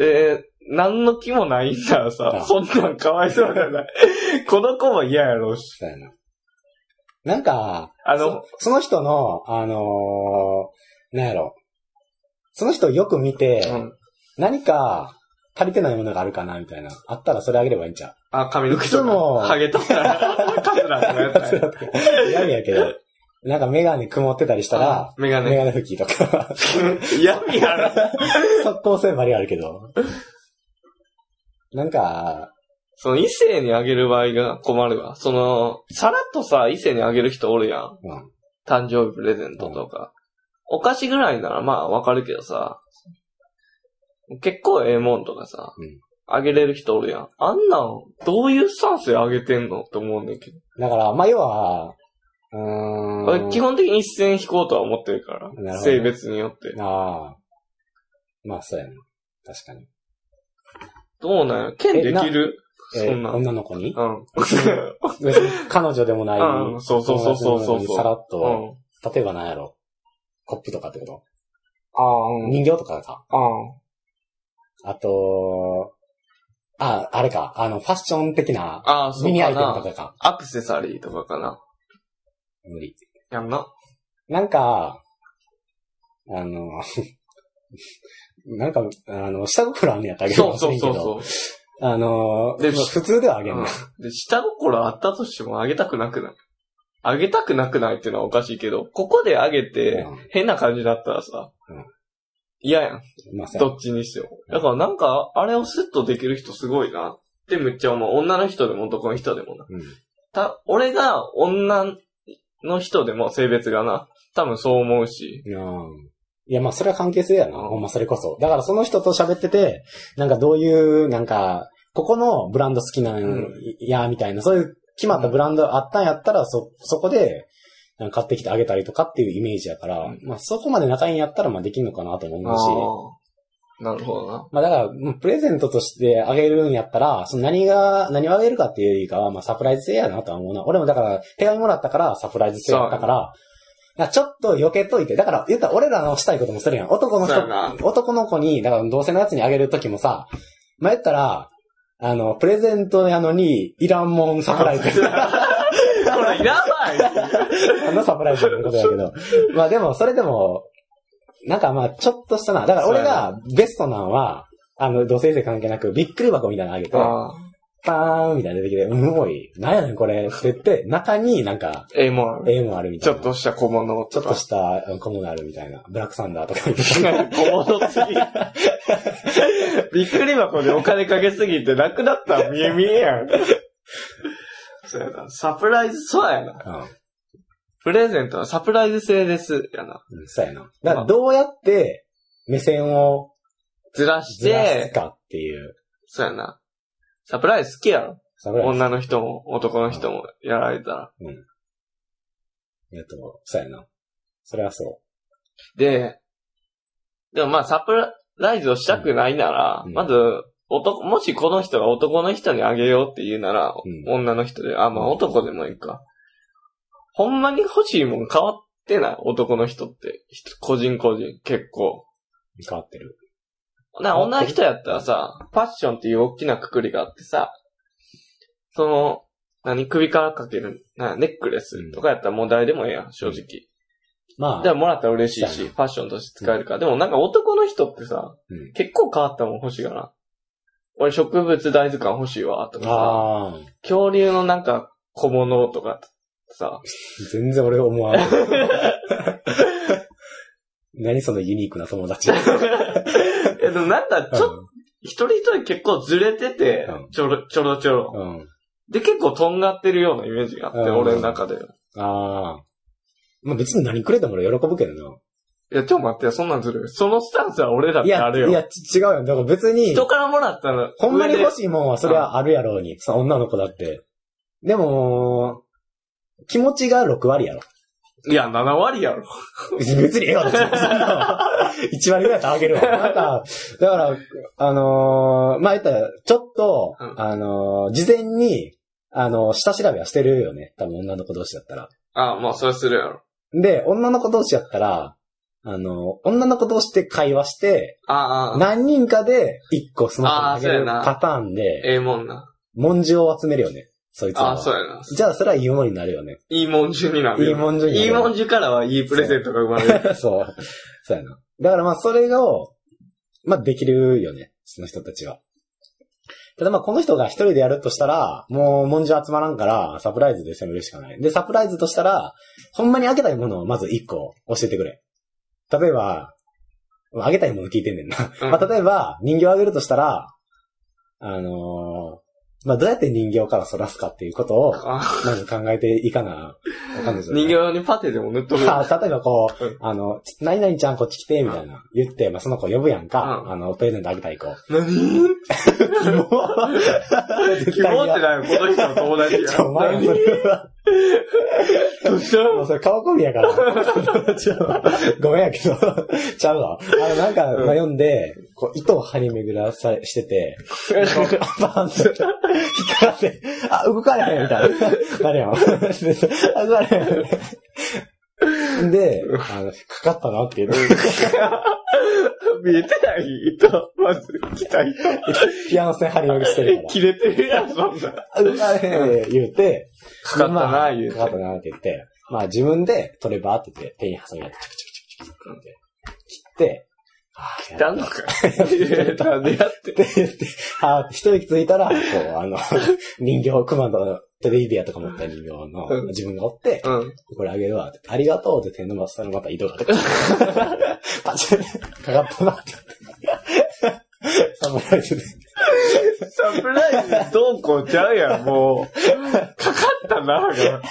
で、何の気もないんだらさ
あ、
そんなんかわい そうだよな。この子も嫌やろうし。
そうやな。なんか、
あの
そ、その人の、あのーなんやろ。その人をよく見て、
うん。
何か足りてないものがあるかな、みたいな。あったらそれあげればいいんちゃ
あ、髪の毛と
いつも
か、ハ ゲとか、カツラとかや
う
ったら
嫌味やけど。なんかメガネ曇ってたりしたら、
メガ
メ
ネ。
ガネ拭きと か、
嫌やろ。
速攻性バリあるけど。なんか、
その異性にあげる場合が困るわ。その、さらっとさ、異性にあげる人おるやん。
うん。
誕生日プレゼントとか。お菓子ぐらいならまあわかるけどさ、結構ええもんとかさ
うん、
あ、げれる人おるやん。あんなん、どういうスタンスであげてんのって思うねんけど。
だから、まあ、要は、うーん。
俺基本的に一線引こうとは思ってるから。
なるほどね
性別によって。
ああ。まあ、そうやな。確かに。
どうなんや剣できる
え
そんなん。
女の子に
うん。
別に 彼女でもない。
うんそうそうそうそうそう
友達でもないさらっと、
うん。
例えば何やろ。コップとかってこと
ああ、うん。
人形とかか。
ああ。
あと、あ、あれか。あの、ファッション的な
ああ、そ
ミ
う
ニ
か
アイテムと
な。
かか。
アクセサリーとかかな。
無理。
やんな。
なんか、あの、 なんか、あの、下心あんねやったらあげるか
そ
も
う
し
そ
れ
うん
けど。
そうそう。
あの、
で
普通ではあげん
う
な。
んで、下心あったとしてもあげたくなくないあげたくなくないっていうのはおかしいけど、ここであげて
うん
変な感じだったらさ
うん、
嫌やん。
まあ、そうや
どっちにしても。だからなんか、あれをスッとできる人すごいなってむっちゃ思う。女の人でも男の人でもな。
うん。
た、俺が女の人でも性別がな、多分そう思うし。
うんいや、まあ、それは関係性やな。
うん
ほんま、それこそ。だから、その人と喋ってて、なんか、どういう、なんか、ここのブランド好きなん
うん
や、みたいな、そういう決まったブランドあったんやったら、そ、そこで、なんか買ってきてあげたりとかっていうイメージやから、
うん
まあそこまで仲いいんやったら、まあできるのかなとも思うし、
ああ。なるほどな。
まあだからうん、プレゼントとしてあげるんやったら、その何が、何をあげるかっていうよりかは、まあサプライズ性やなとは思うな。俺もだから、手紙もらったからサプライズ性やったから、だからちょっと避けといて、だから言ったら俺らのしたいこともするやん。男の
そうやな
人、男の子に、だから同性のやつにあげるときもさ、まあ言ったら、あの、プレゼントやのに、いらんもんサプライズ。
これいらない
あのサプライズのことや けど。まあでも、それでも、なんかまあ、ちょっとしたな。だから俺がベストなんは、あの、同性性関係なく、びっくり箱みたいなのあげて、パ
ああ。
ーンみたいな出てきて、うん、おい、なんやねんこれって言って、中になんか、
ええもん。
A もあるみた
ち
い
ょ
な。
っとした小物
ち
と
ょっと
か。
した小物があるみたいな。ブラックサンダーとかみたい な。
小物すぎ。 びっくり箱でお金かけすぎてなくなったら見え見えやん。そうやな。サプライズ、そうやな。
うん
プレゼントはサプライズ性です。やな。
うん。そうやな。だからどうやって目線を
ずらし
ずらす
て、
かっていう。
そうやな。サプライズ好きやろ。
サプライズ
女の人も男の人もやられたら。
やと思う。そうやな。それはそ
で、でもまあサプライズをしたくないなら、
うん
まず、男、もしこの人が男の人にあげようって言うなら、
うん
女の人で、あ、まあ男でもいいか。ほんまに欲しいもん変わってない男の人って。人個人個人、結構。
う。変わってる。
な、
変わってる
女の人やったらさ、ファッションっていう大きなくくりがあってさ、その、何、首からかける、な、ネックレスとかやったらもう誰でもええやん、正直。
まあ。
でももらったら嬉しい
そう
し、
や
ファッションとして使えるから。でもなんか男の人ってさ、
うん
結構変わったもん欲しいから。俺植物大図鑑欲しいわ、とかさ、
ああ。
恐竜のなんか小物とかさ、
全然俺思わない。 何そのユニークな 友達。
え、でもなんかちょっと、一人一人結構ずれてて
うん、
ちょろちょろちょろ。
うん。うん。
で、結構とんがってるようなイメージがあって、
うん
俺の中で。
ああ。まあ別に何くれても俺喜ぶけど
いや、ちょっと待ってよ、そんなんずるい。そのスタンスは俺だ
な。
っ
い
て
や、
ある
いや、
よ。
ち違うよ。だから別に、
人からもらったら、
ほんまに欲
し
しいもんはそれはあるやろうに。その女の子だって。でも、気持ちが6割やろ。
い。いや、7割やろ。
別にええわ、別にそんな1 割ぐらいやったらあげるわ。なんか、だから、あのーまあ、言ったら、ちょっと、
うん
あのー事前に、あのー下調べはしてるよね。多分女の子同士だったら。
ああ、まあ、それするやろ。
で、女の子同士やったら、あのー女の子同士で会話して、
ああ、ああ、
何人かで1個スマホにあげる
あーそうやな
パターンで、
ええもんな。
文字を集めるよね。そいつらは。
ああ、そうやな。
じゃあ、それはいいものになるよね。
いいもんじゅになる
いい
よ。
もんじゃ
いいもんじゅからはいいプレゼントが生まれる。
そう。そうやな。だからまあ、それを、まあ、できるよね。その人たちは。ただまあ、この人が一人でやるとしたら、もう、文字は集まらんから、サプライズで攻めるしかない。で、サプライズとしたら、ほんまに開けたいものをまず一個教えてくれ。例えば、あげたいもの聞いてんねんな。
うん
まあ、例えば、人形をあげるとしたら、あのーまあ、どうやって人形から反らすかっていうことを、
あ
まず考えていかな、わかんないですよね
人形にパテでも塗っとく。
まあ、例えばこ
うん
う、あの、ち何々ちゃんこっち来て、みたいな。言って、まあ、その子呼ぶやんか。
うん
あの、プレゼントあげたい子。
何
キモ
キモってないこの人の友達
ちょ
や。
お前も
何
それは、
ど うした
もうそれ顔コミやから。 ちょごめんやけど、ちゃうわ。あの、なんか、
うん
まあ、読んで、こう、糸を張り巡らされ、してて、 バーンと、光らせ、あ、動かれへん、みたいな。なるやん。 あ、動かれへん。で、あの、かかったなっていう。
見えてない人、まず来た 人。
ピアノ線張り巡らしてるから。
切れてるやん、そんな。か
あうわえー言うて、
かった
ま
な、
あ
言う。
かかってたなって言って、まあ自分でトレバーって言って、手に挟みやって、チクチクチクチクチクって切って、あー
いたのか。なんでやって。
って言って、あー一息ついたら、こう、あの、人形、熊のテレビアとか持った人形
うん
の自分がおって、
うん。
これあげるわって、ありがとうって手伸ばしたらまた移動が出てパチンかかったなって。サムライズで。
サプライズどうこうちゃうやん、もう。かかったな、が。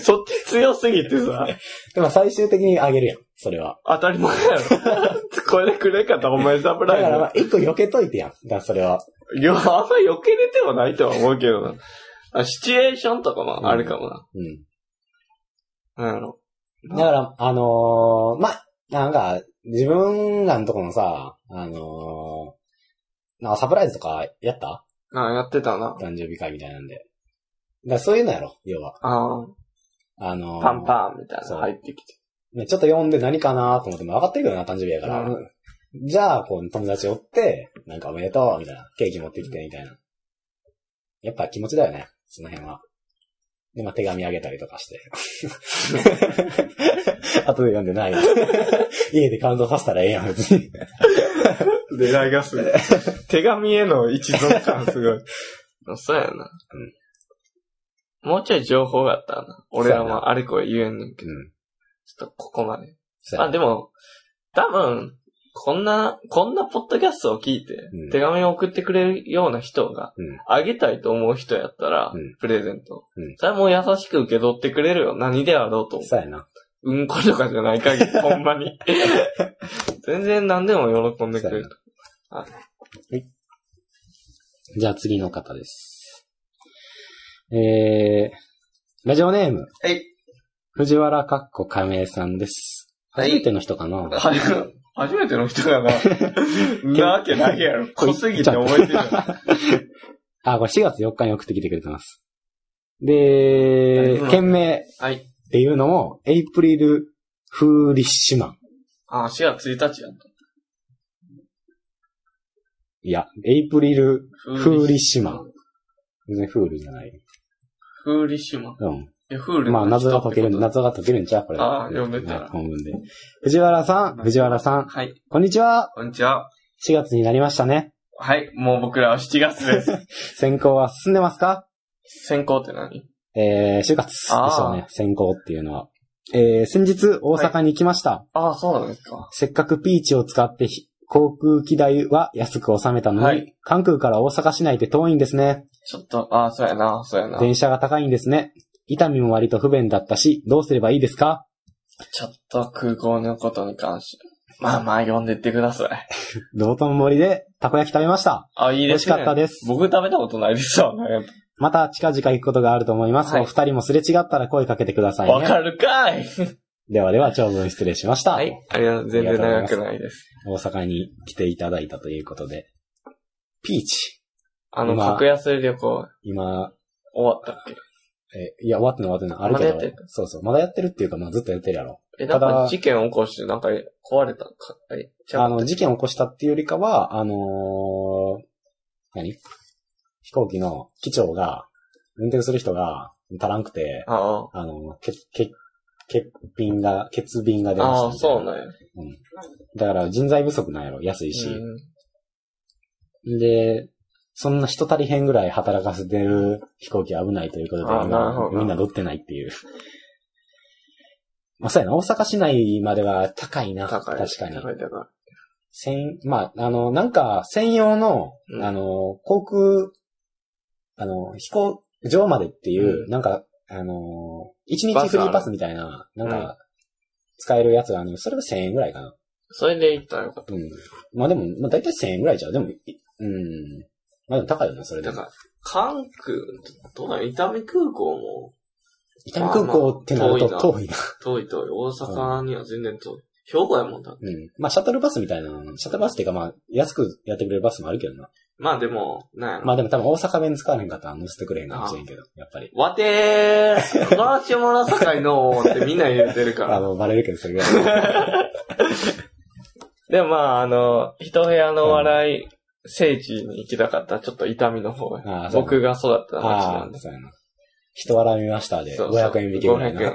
そっち強すぎてさ、
でも最終的にあげるやん、それは。
当たり前や ろ。これでくれんかったらお前サプ
だ
ラ
からま
イ
あ、一個避けといてやん。だからそれは。
ズ。いや、あんま避けれてはないとは思うけどな。あシチュエーションとかもあるかもな。
うん。
なんやろ。
だから、あのー、まあ、なんか、自分らのとこのさ、あのー、なんかサプライズとかやった
あやってたな。
誕生日会みたいなんで。だからそういうのやろ、要は。
あー
あのー、
パンパンみたいな
そう
の入ってきて。
ねちょっと読んで何かなと思っても分かってるけどな、誕生日やから。
う
じゃあ、こう、友達おって、なんかおめでとう、みたいな。ケーキ持ってきて、みたいな。やっぱ気持ちだよね、その辺は。で、まあ、手紙あげたりとかして。 後で読んでない。 家で感動させたらええやん、別に。
狙いが すごい。手紙への一存感すごい。 そうやな。もうちょい情報があったらな。俺ら
そうや
もあれこれ言えんねんけど、
うん。
ちょっとここまで。
そうや
あ、
な
でも、多分、こんな、こんなポッドキャストを聞いて、
うん
手紙を送ってくれるような人が
うん、
あげたいと思う人やったら、
うん
プレゼント、
うん
それはもう優しく受け取ってくれるよ。何であろうと。
そうやな。
うんことかじゃない限り、ほんま に。全然何でも喜んでくれる。
じゃあ次の方です。えー、ラジオネーム、
はい。
藤原かっこ亀井さんです。
はい
初めての人かな、
はじ初めての人がな。 なわけないやろ。濃すぎて覚えてるよ。
あ、これ4月4日に送ってきてくれてます。で
う、ん
件名っ
はい。
ていうのも、エイプリル・フーリッシュマン。
あ、4月1日やった。
いや、エイプリル・フーリッシュマ
ン。
ン。全然フールじゃない。
フーリッシュマン。
う
え、フー
ん。
ル
まあ、
の人
謎
って
が
こと
解ける、謎が解けるんちゃうこれ。
あー読んでたら
はい本文で。藤原さん、藤原さん、
はい。
こんにちは。
こんにちは。
4月になりましたね。
はい。もう僕らは7月です。
選考は進んでますか
先行って何
えー、就活でしょうね。選考っていうのは。えー、先日大阪に行きました。
ああ、そうなんですか。
せっかくピーチを使ってひ航空機代は安く収めたのに、
はい
関空から大阪市内って遠いんですね。
ちょっと、ああ、そうやな、そうやな。
電車が高いんですね。痛みも割と不便だったし、どうすればいいですか
ちょっと空港のことに関して。まあまあ、読んでってください。
道頓堀でたこ焼き食べました。
あ、いい
美
で
味し
すね。
かったです。
僕食べたことないですわ。
また近々行くことがあると思います。
はい
お二人もすれ違ったら声かけてください
わ
ね。
かるかい
ではでは長文失礼しました。
はい。ありがとう。全然長くないです。
大阪に来ていただいたということで。ピーチ。
あの、
今
格安旅行
今、
終わったっけ
え、いや、終わってない終わってない。ある
まだや
け
って
ど、そうそう、まだやってるっていうか、まあずっとやってるやろ。
え、なん
た
か
だ
事件起こして、なんか壊れたんか。え、ちゃ
あ
う
の、事件を起こしたっていうよりかは、あのー何飛行機の機長が、運転する人が足らんくて、
ああ。
あの、欠、欠、欠便が、欠便が出ました
ああ、そう
みたい
なんや。
だから人材不足なんやろ、安いし。
うん
で、そんな人足りへんぐらい働かせてる飛行機は危ないということで、
あなる
今
ほど
みんな乗ってないっていう。まあ、そうやな、大阪市内までは高いな。
高い。
確かに。
高い高い。
専、まあ、あの、なんか、専用の、
うん
あの、航空、あの、飛行場までってい
う
う、なんか、あの、一日
バスある
フリーパスみたいな、なんか、
う
使えるやつがあるのよそれが1000円ぐらいかな。
それで行ったらよかっ
うん。まあでも、まあ大体1000円ぐらいじゃう。でも、いうん。まあでも高いよな、それ
た。
で
だ
も。
から、関空、どうなん伊丹空港も
伊丹空港ってなると
まあまあ
遠いな。
遠い遠い。大阪には全然遠い。兵庫やもんだ。
うん。まあシャトルバスみたいな、シャトルバスっていうかまあ、安くやってくれるバスもあるけどな。
まあでも、なんやろ。
まあでも多分大阪弁使われへんかったら乗せてくれへんかもしれんけど、やっぱり。
わてー、ガーシモラ堺のーってみんな言うてるか
あ
ら。
の、バレるけどそれぐ らい。
でもまあ、あの、一部屋の笑い、聖地に行きたかったら、ちょっと痛みの方へ
ああ。そう
僕が育った街な
あ
んで
あ、。そうやな。人笑みましたで、
そうそう
500円引きぐらいな。
500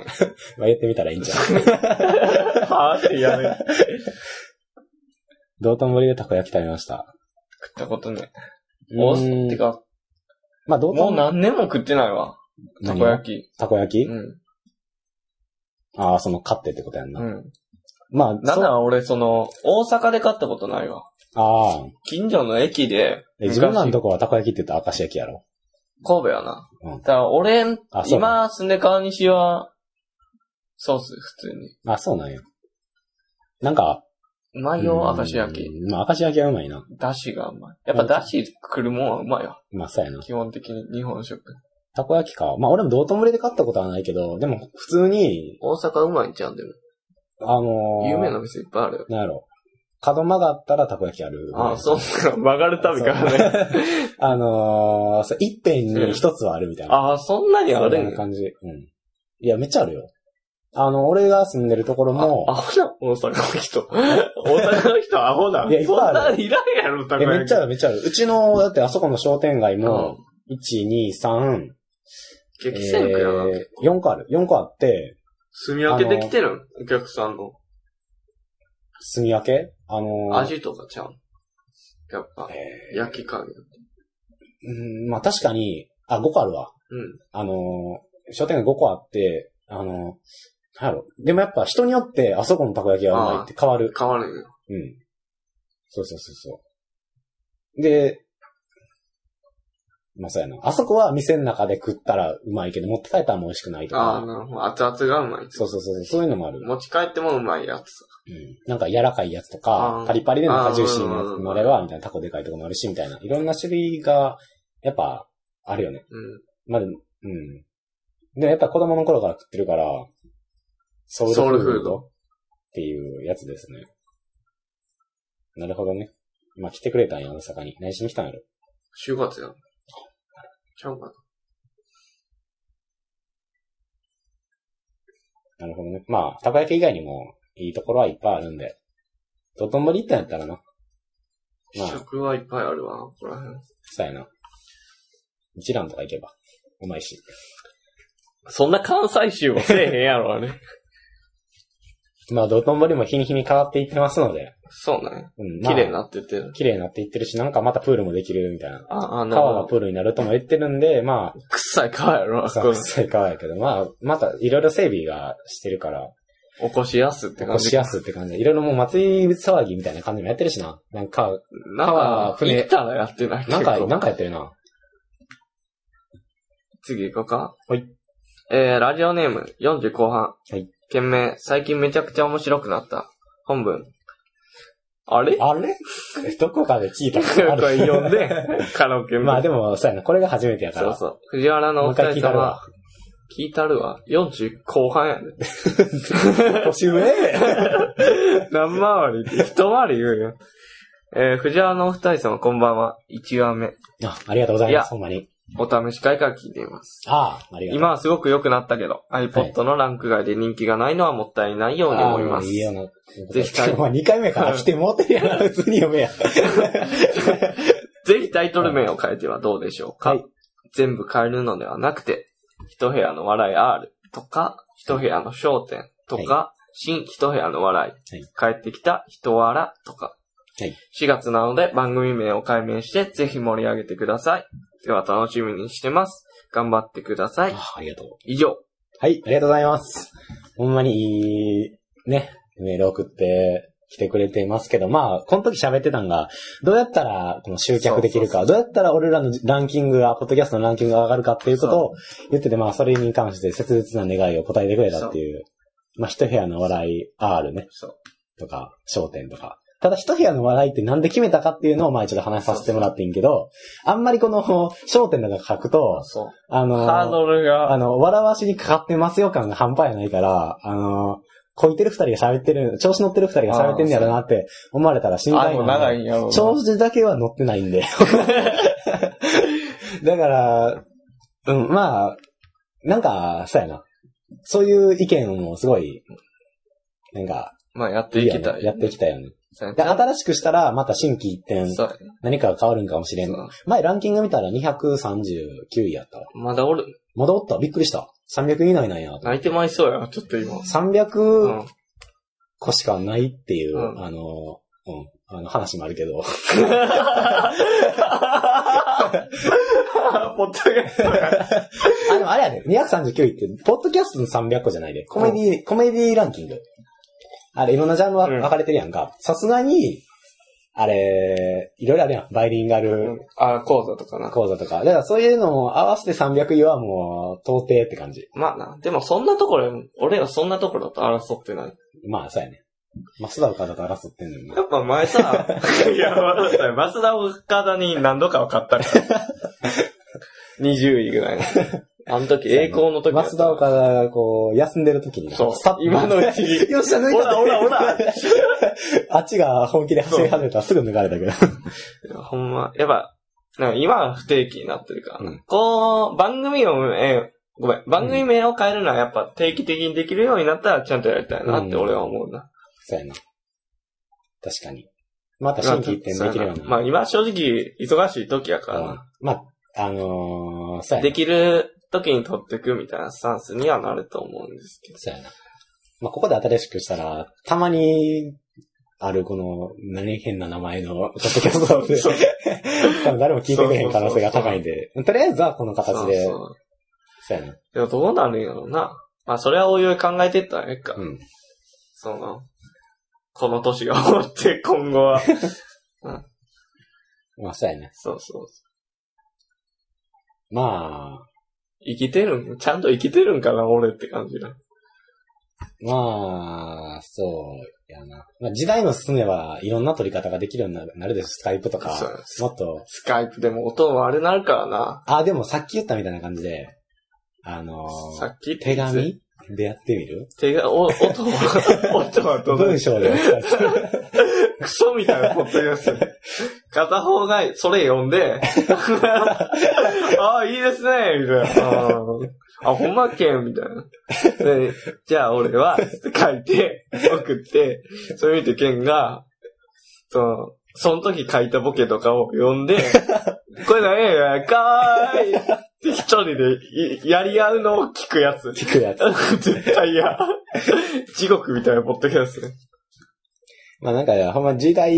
まあ言ってみたらいいんじゃ ん。
円。はあってやめ。食っ
道頓堀でたこ焼き食べました。
たことね。
う
お
ーん
てか、
まあ
も
道
う
頓
何年も食ってないわ。た
何
こ焼き。
たこ焼き、
うん。
ああ、その、買ってってことやんな。
うん。
まあ、
なんな
そう
ら俺、その、大阪で買ったことないわ。
ああ。
近所の駅で、
え自分らの
昔
とこはたこ焼きって言ったら明石焼きやろ。
神戸やな。
うん
だから俺ん
あ、そうな
今住んで川西は、そうっす、普通に。
あ、そうなんや。なんか、
うまいよ、明石焼き。
うん。まあ、明石焼きはうまいな。
だしがうまい。やっぱだし来るもんはうまいよ。
まあ、そうやな。
基本的に日本食。
たこ焼きか。まあ、俺も道頓堀で買ったことはないけど、でも、普通に、
大阪うまいんちゃうんでも。
あのー、
有名な店いっぱいあるよ。
なんやろ。角曲がったらたこ焼きある。
あ、そうか。曲がるたびからね。
あのーそう、一辺に一つはあるみたいな。
あ、そんなにあ
み
る
たい
ん
な
や。
感じ。うん。いや、めっちゃあるよ。あの、俺が住んでるところ
あア
も、
ホだ、大阪の人。大阪の人アホだ。
いやいっぱ
そ
い
ん
あ
な
る
にいらんやろ、たこ
え、めっ
焼
ち
き
ゃある、めっちゃある。うちの、だってあそこの商店街
う
も、
ん。
1、2、3、え
激戦区やな。
ー、4個ある。4個あって、
住み分けできてるんお客さんの
住み分けあのー、
味とかちゃうん。やっぱ、
えー
焼き加減。
うん、まあ確かに、あ、5個あるわ。
うん。
あのー、商店街5個あって、あのー、なんやろ。でもやっぱ人によって、あそこのたこ焼きはうまいって変わる。
変わるんよ。
うん。そうそうそうそう。で、まあそうやな。あそこは店の中で食ったらうまいけど、持って帰ったらもう美味しくないと
ああ、
か。
なるほど。熱々がうまい。
そうそうそうそう。そういうのもある。
持ち帰ってもうまいやつ。
うん。なんか柔らかいやつとか
あ、ー
パリパリでなん
あ
か
ー
ジューシーなやつもあれば、みたいなタコでかいとこもあるし、みたいな。いろんな種類が、やっぱ、あるよね。
うん。
まあ、でもうん。でもやっぱ子供の頃から食ってるから、ソ
ソウルフード
っていうやつですね。なるほどね。まあ、来てくれたんや、大阪に。何しに来たんやろ。
就活やん。ちゃうかな。
なるほどね。まあ、たこ焼き以外にも、いいところはいっぱいあるんで。道頓堀行ったんやったらな。まあ
食はいっぱいあるわ、ここら辺。
そうやな。一蘭とか行けば、うまいし。
そんな関西州はせえへんやろ、あれ。
まあ、道頓堀も日に日に変わっていってますので。
そうなんや。
うん、まあ
綺麗に。なってて。
綺麗になっていってるし、なんかまたプールもできるみたいな。
ああ、なる
川が
ほど。
プールになるとも言ってるんで、ま
臭い川やろ、
あ、
あそ
さ
こ。
臭い川やけど、まあ、またいろいろ整備がしてるから、
起こしやすって
起
感
こ
じ。
しやすって感じで、いろいろもう祭り騒ぎみたいな感じもやってるしな。なんか、
なん
川
か、
船
行ったらやってない。
なんか、
結構
なんかやってるな。
次行こうか。
はい。
えー、ラジオネーム40後半。
はい。
件名、最近めちゃくちゃ面白くなった。本文。あれ
あれどこかで聞いたことあ
これ
る。
読ん で、カラオケ
まあで
も、
も、そうやな。これが初めてやか
そう
ら。
そう。藤原の
もう
お
一回
二
聞い
人
たる
様
わ、。
聞いたるわ。40後半やね。
年上
何回りって一回り言うよ。えー、藤原のお二人様こんばんは。1話目。
あ、ありがとうござい
い
ま
や
す。ほんまに。
お試し会から聞いています。
ああ、ありがとう。
今はすごく良くなったけど、iPod のランク外で人気がないのはもったいないように思いま
あ
す
ーいい。ような。
ぜひ
まあ2回目から来てもうてるやな。普通に読めや。
ぜひタイトル名を変えてはどうでしょうか、
はい
全部変えるのではなくて、一部屋の笑い R とか、一部屋の焦点とか、新一部屋の笑い、帰ってきた人笑とか、
はい
4月なので番組名を改名して、ぜひ盛り上げてください。では楽しみにしてます。頑張ってください。
あありがとう。
以上。
はい、ありがとうございます。ほんまにいい、ね、メール送ってきてくれてますけど、まあ、この時喋ってたんが、どうやったらこの集客できるか、どうやったら俺らのランキングが、ポッドキャストのランキングが上がるかっていうことを言ってて、まあ、それに関して切実な願いを答えてくれたっていう、まあ、一部屋の笑い R ね、
そう。
とか、焦点とか。ただ一部屋の笑いってなんで決めたかっていうのを前ちょっと話させてもらっていいんけど、あんまりこの焦点とか書くと、
そう。
あのー
ハードルが、
あの、笑わしにかかってますよ感が半端やないから、あの、こいてる二人が喋ってる、調子乗ってる二人が喋ってんねやろなって思われたら心
あ
配
も
な
うん長い
で
んやろうな。
調子だけは乗ってないんで。 だから、うん、まあ、なんか、そうやな。そういう意見もすごい、なんか、
まあやって
いい
い
よ
きた
ね
い。
やっていきたいよね。
そうや
で、新しくしたら、また新規一点
ね、そうやね
何かが変わるんかもしれん。前ランキング見たら239位やったわ。
まだおる。
戻った。びっくりした。300以内なんや。
泣いてまいそうや、ちょっと今。う
300
ん。
個しかないっていう、
うん
あの、うん、あの話もある けど。
ポッドキャストや
あ、でもあれやで、239位って、ポッドキャストの300個じゃないで、コメディ、コメディランキング。あれ、いろんなジャンルは
うん
分かれてるやんか。さすがに、あれ、いろいろあるやん。バイリンガル
あ、講座とかな。
講座とか。だからそういうのも合わせて300位はもう、到底って感じ。
まあな。でもそんなところ、俺らそんなところだと争ってない。
まあ、そうやね。マスダ岡田と争ってんねんな
や。っぱ前さ、いや、まださ、マスダ岡田に何度かは勝ったから。20位ぐらいの。あの時、栄光の時だ
マ
った
スダ岡田がこう、休んでる時にな。
そう
さっと
今のうちに
よっしゃ、抜いた
ほらほらほら
あっちが本気で走り始めたらすぐ抜かれたけど。
ほんま、やっぱ、なんか今は不定期になってるから、
うん
こう、番組を、えーごめん、番組名を変えるのはやっぱ定期的にできるようになったらちゃんとやりたいなって俺は思うな。
そうやな。確かに。また新規一点できるよう
まあ
な。
今正直忙しい時やか
うん
ら、
まあ、あのー、そうやな
で。きる時に取ってくみたいなスタンスにはなると思うんですけど。
そうやな。まあ、ここで新しくしたら、たまに、あるこの、何変な名前の、ポッドキャストで、
そう
多分誰も聞いてくれへん可能性が高いんで、とりあえずはこの形で、
そ
そうう
そう
やな。
でもどうなるんやろうな。まあそれはおいおい考えてったらええか。
うん。
その、この年が終わって今後 は。
まあ、そうやな。
そうそう。
まあ、
生きてるんちゃんと生きてるんかな、俺って感じだ。
まあ、そうやな。まあ、時代の進めば、いろんな取り方ができるようになるなるでしょ、スカイプとか
そうで、す
もっと、
スカイプでも音もあれなるからな。
あ、でもさっき言ったみたいな感じで、あのー
さっき
手紙でやってみる
手が、お、音 は、音はどう
文章でやってみる
クソみたいなポッドキャスト。片方がそれ読んで、 ああ、いいですね、みたいな。あーあ、ほんまっけみたいな。でじゃあ俺は、書いて、送って、それ見てケンが、その、その時書いたボケとかを読んで、これ何やねんかーいって一人でいやり合うのを聞くやつ。
聞くやつ。
絶対嫌。地獄みたいなポッドキャスト。
まあなんか、ほんま時代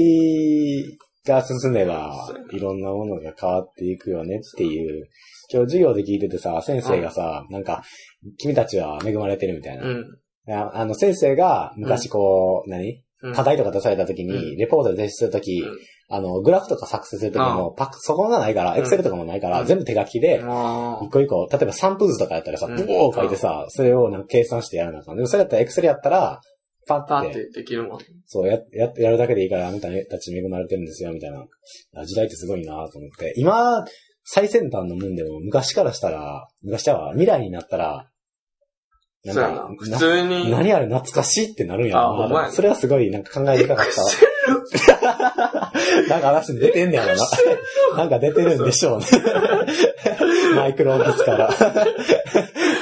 が進めば
そうや、
いろんなものが変わっていくよねっていう。今日授業で聞いててさ、先生がさ、なんか、君たちは恵まれてるみたいな。
うん。
ああの、先生が昔こう、何
うん
課題とか出された時
う
に、レポートで提出するとき、
うん
あの、グラフとか作成するときも、パク、そこがないから、
うん
エクセルとかもないから、
うん
全部手書きで、
あー
一個一個、例えば散布図とかやったらさ、
う
ブ
ん
オー書いてさ、それをなんか計算してやらなあかん。でもそれやったらエクセルやったら、パ
パ
ッ
ー
て
っ、てできるもん。
そう、や、や、やるだけでいいから、あなたたち恵まれてるんですよ、みたいな。あ時代ってすごいなと思って。今、最先端のもんでも、昔からしたら、昔は未来になったら、
そうやな。普
な
通に。
何あれ懐かしいってなるんや
あほんまや
な。それはすごい、なんか考え深かった。なんか話出てんねやろな。なんか出てるんでしょ うね。マイクロオフィスから。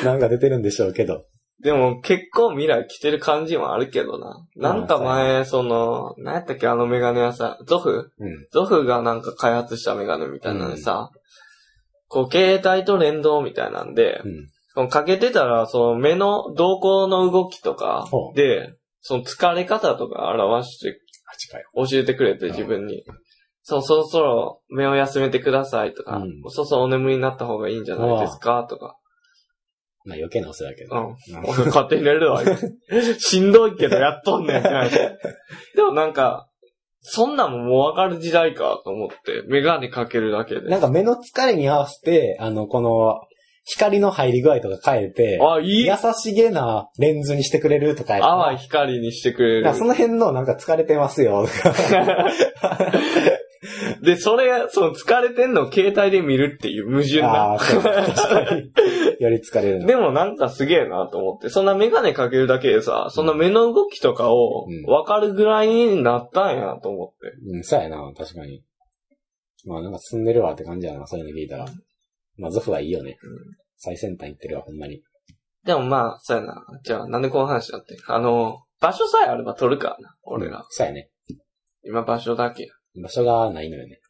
なんか出てるんでしょうけど。
でも結構未来来てる感じもあるけどな。なんか前、その、何やったっけあのメガネ屋さん。ゾフ
うん。
ゾフがなんか開発したメガネみたいなのでさ、こう携帯と連動みたいなんで
う、ん。
そのかけてたら、その目の瞳孔の動きとか
ほう
で、その疲れ方とか表して
あ、近い。
教えてくれて、
うん
自分に。そう、そろそろ目を休めてくださいとか、
うん
そろそろお眠りになった方がいいんじゃないですかとか。
まあ余計なお世話やけど。
うん。俺勝手に寝るわ。 しんどいけどやっとんねん。 でもなんか、そんなんももうわかる時代かと思って、メガネかけるだけで。
なんか目の疲れに合わせて、あの、この、光の入り具合とか変えて、
あ、いい
優しげなレンズにしてくれるとかやったら
淡い光にしてくれ
な
る
んか。その辺のなんか疲れてますよとか。
で、それ、その疲れてんのを携帯で見るっていう矛盾
あ
な
あ、。そう確か に。より疲れるな。
でもなんかすげえなと思って、そんなメガネかけるだけでさ、そんな目の動きとかを
うん
わかるぐらいになったんやと思って。
うん、そうやな、確かに。まあなんか進んでるわって感じやな、そういうの聞いたら。まあゾフはいいよね。最先端行ってるわ、ほんまに。
でもまあ、そうやな。じゃあなんでこの話だって。あの、場所さえあれば撮るからな、俺
うん
ら。
そうやね。
今場所だけ。
場所がないのよね。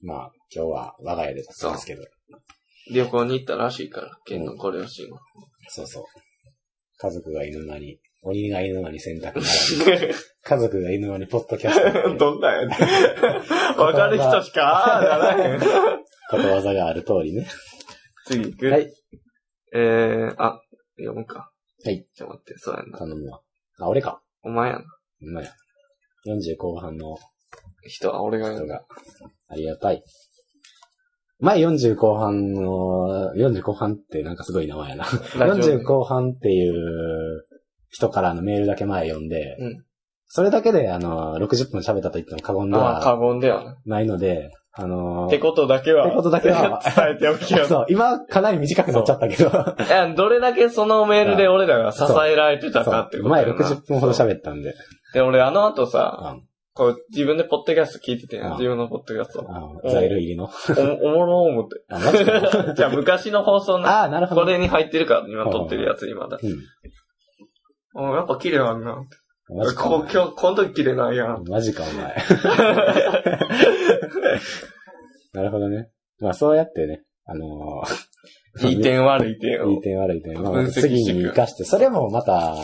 まあ、今日は我が家で撮ってますけど。
旅行に行ったらしいから、県のご両親は。
そうそう。家族が犬間に、鬼が犬間に洗濯 ならず、家族が犬間にポッドキャストって い う
どんなんやねん。わかる人しか、 ああ、ならへん。
ことわざがある通りね。
次行く。
はい。
えー、あ、読むか。
はい。
ちょっと待って、そうやな。
頼むわ。あ、俺か。
お前やな。
ほんまや。 40後半の
人は俺が言う
人
んだ。
が、ありがたい。前40後半の、40後半ってなんかすごい名前やな。
ラジオ
40後半っていう人からのメールだけ前読んで、
うん
それだけで、あの、60分喋ったと言っても過言で
ああ、過
は
言ではな。っ
ないので、あの
てことだけは、
ってことだけは
伝えておき よ。
そう、今かなり短くなっちゃったけど、
いや、どれだけそのメールで俺らが支えられてたかって
そう
こと
前
だよな
60分ほど喋ったんで、
で、俺あの後さ、
あの
こう自分でポッドキャスト聞いてて
うん、
自分のポッドキャスト。
あの材料入りの。
おおもろ思って。
あ、マジ か
じゃあ昔の放送な。
あー、なるほど。
これに入ってるから、今撮ってるやつ今だ。
うん。
おやっぱ綺麗なんな。
マジか。お
こ
前
今日、この時綺麗なんやん。
マジか、 お前。なるほどね。まあ、そうやってね、あのー、
いい点悪い点
いい
を。
点悪い点。まあ、
分析していく
次に活かして、それもまた、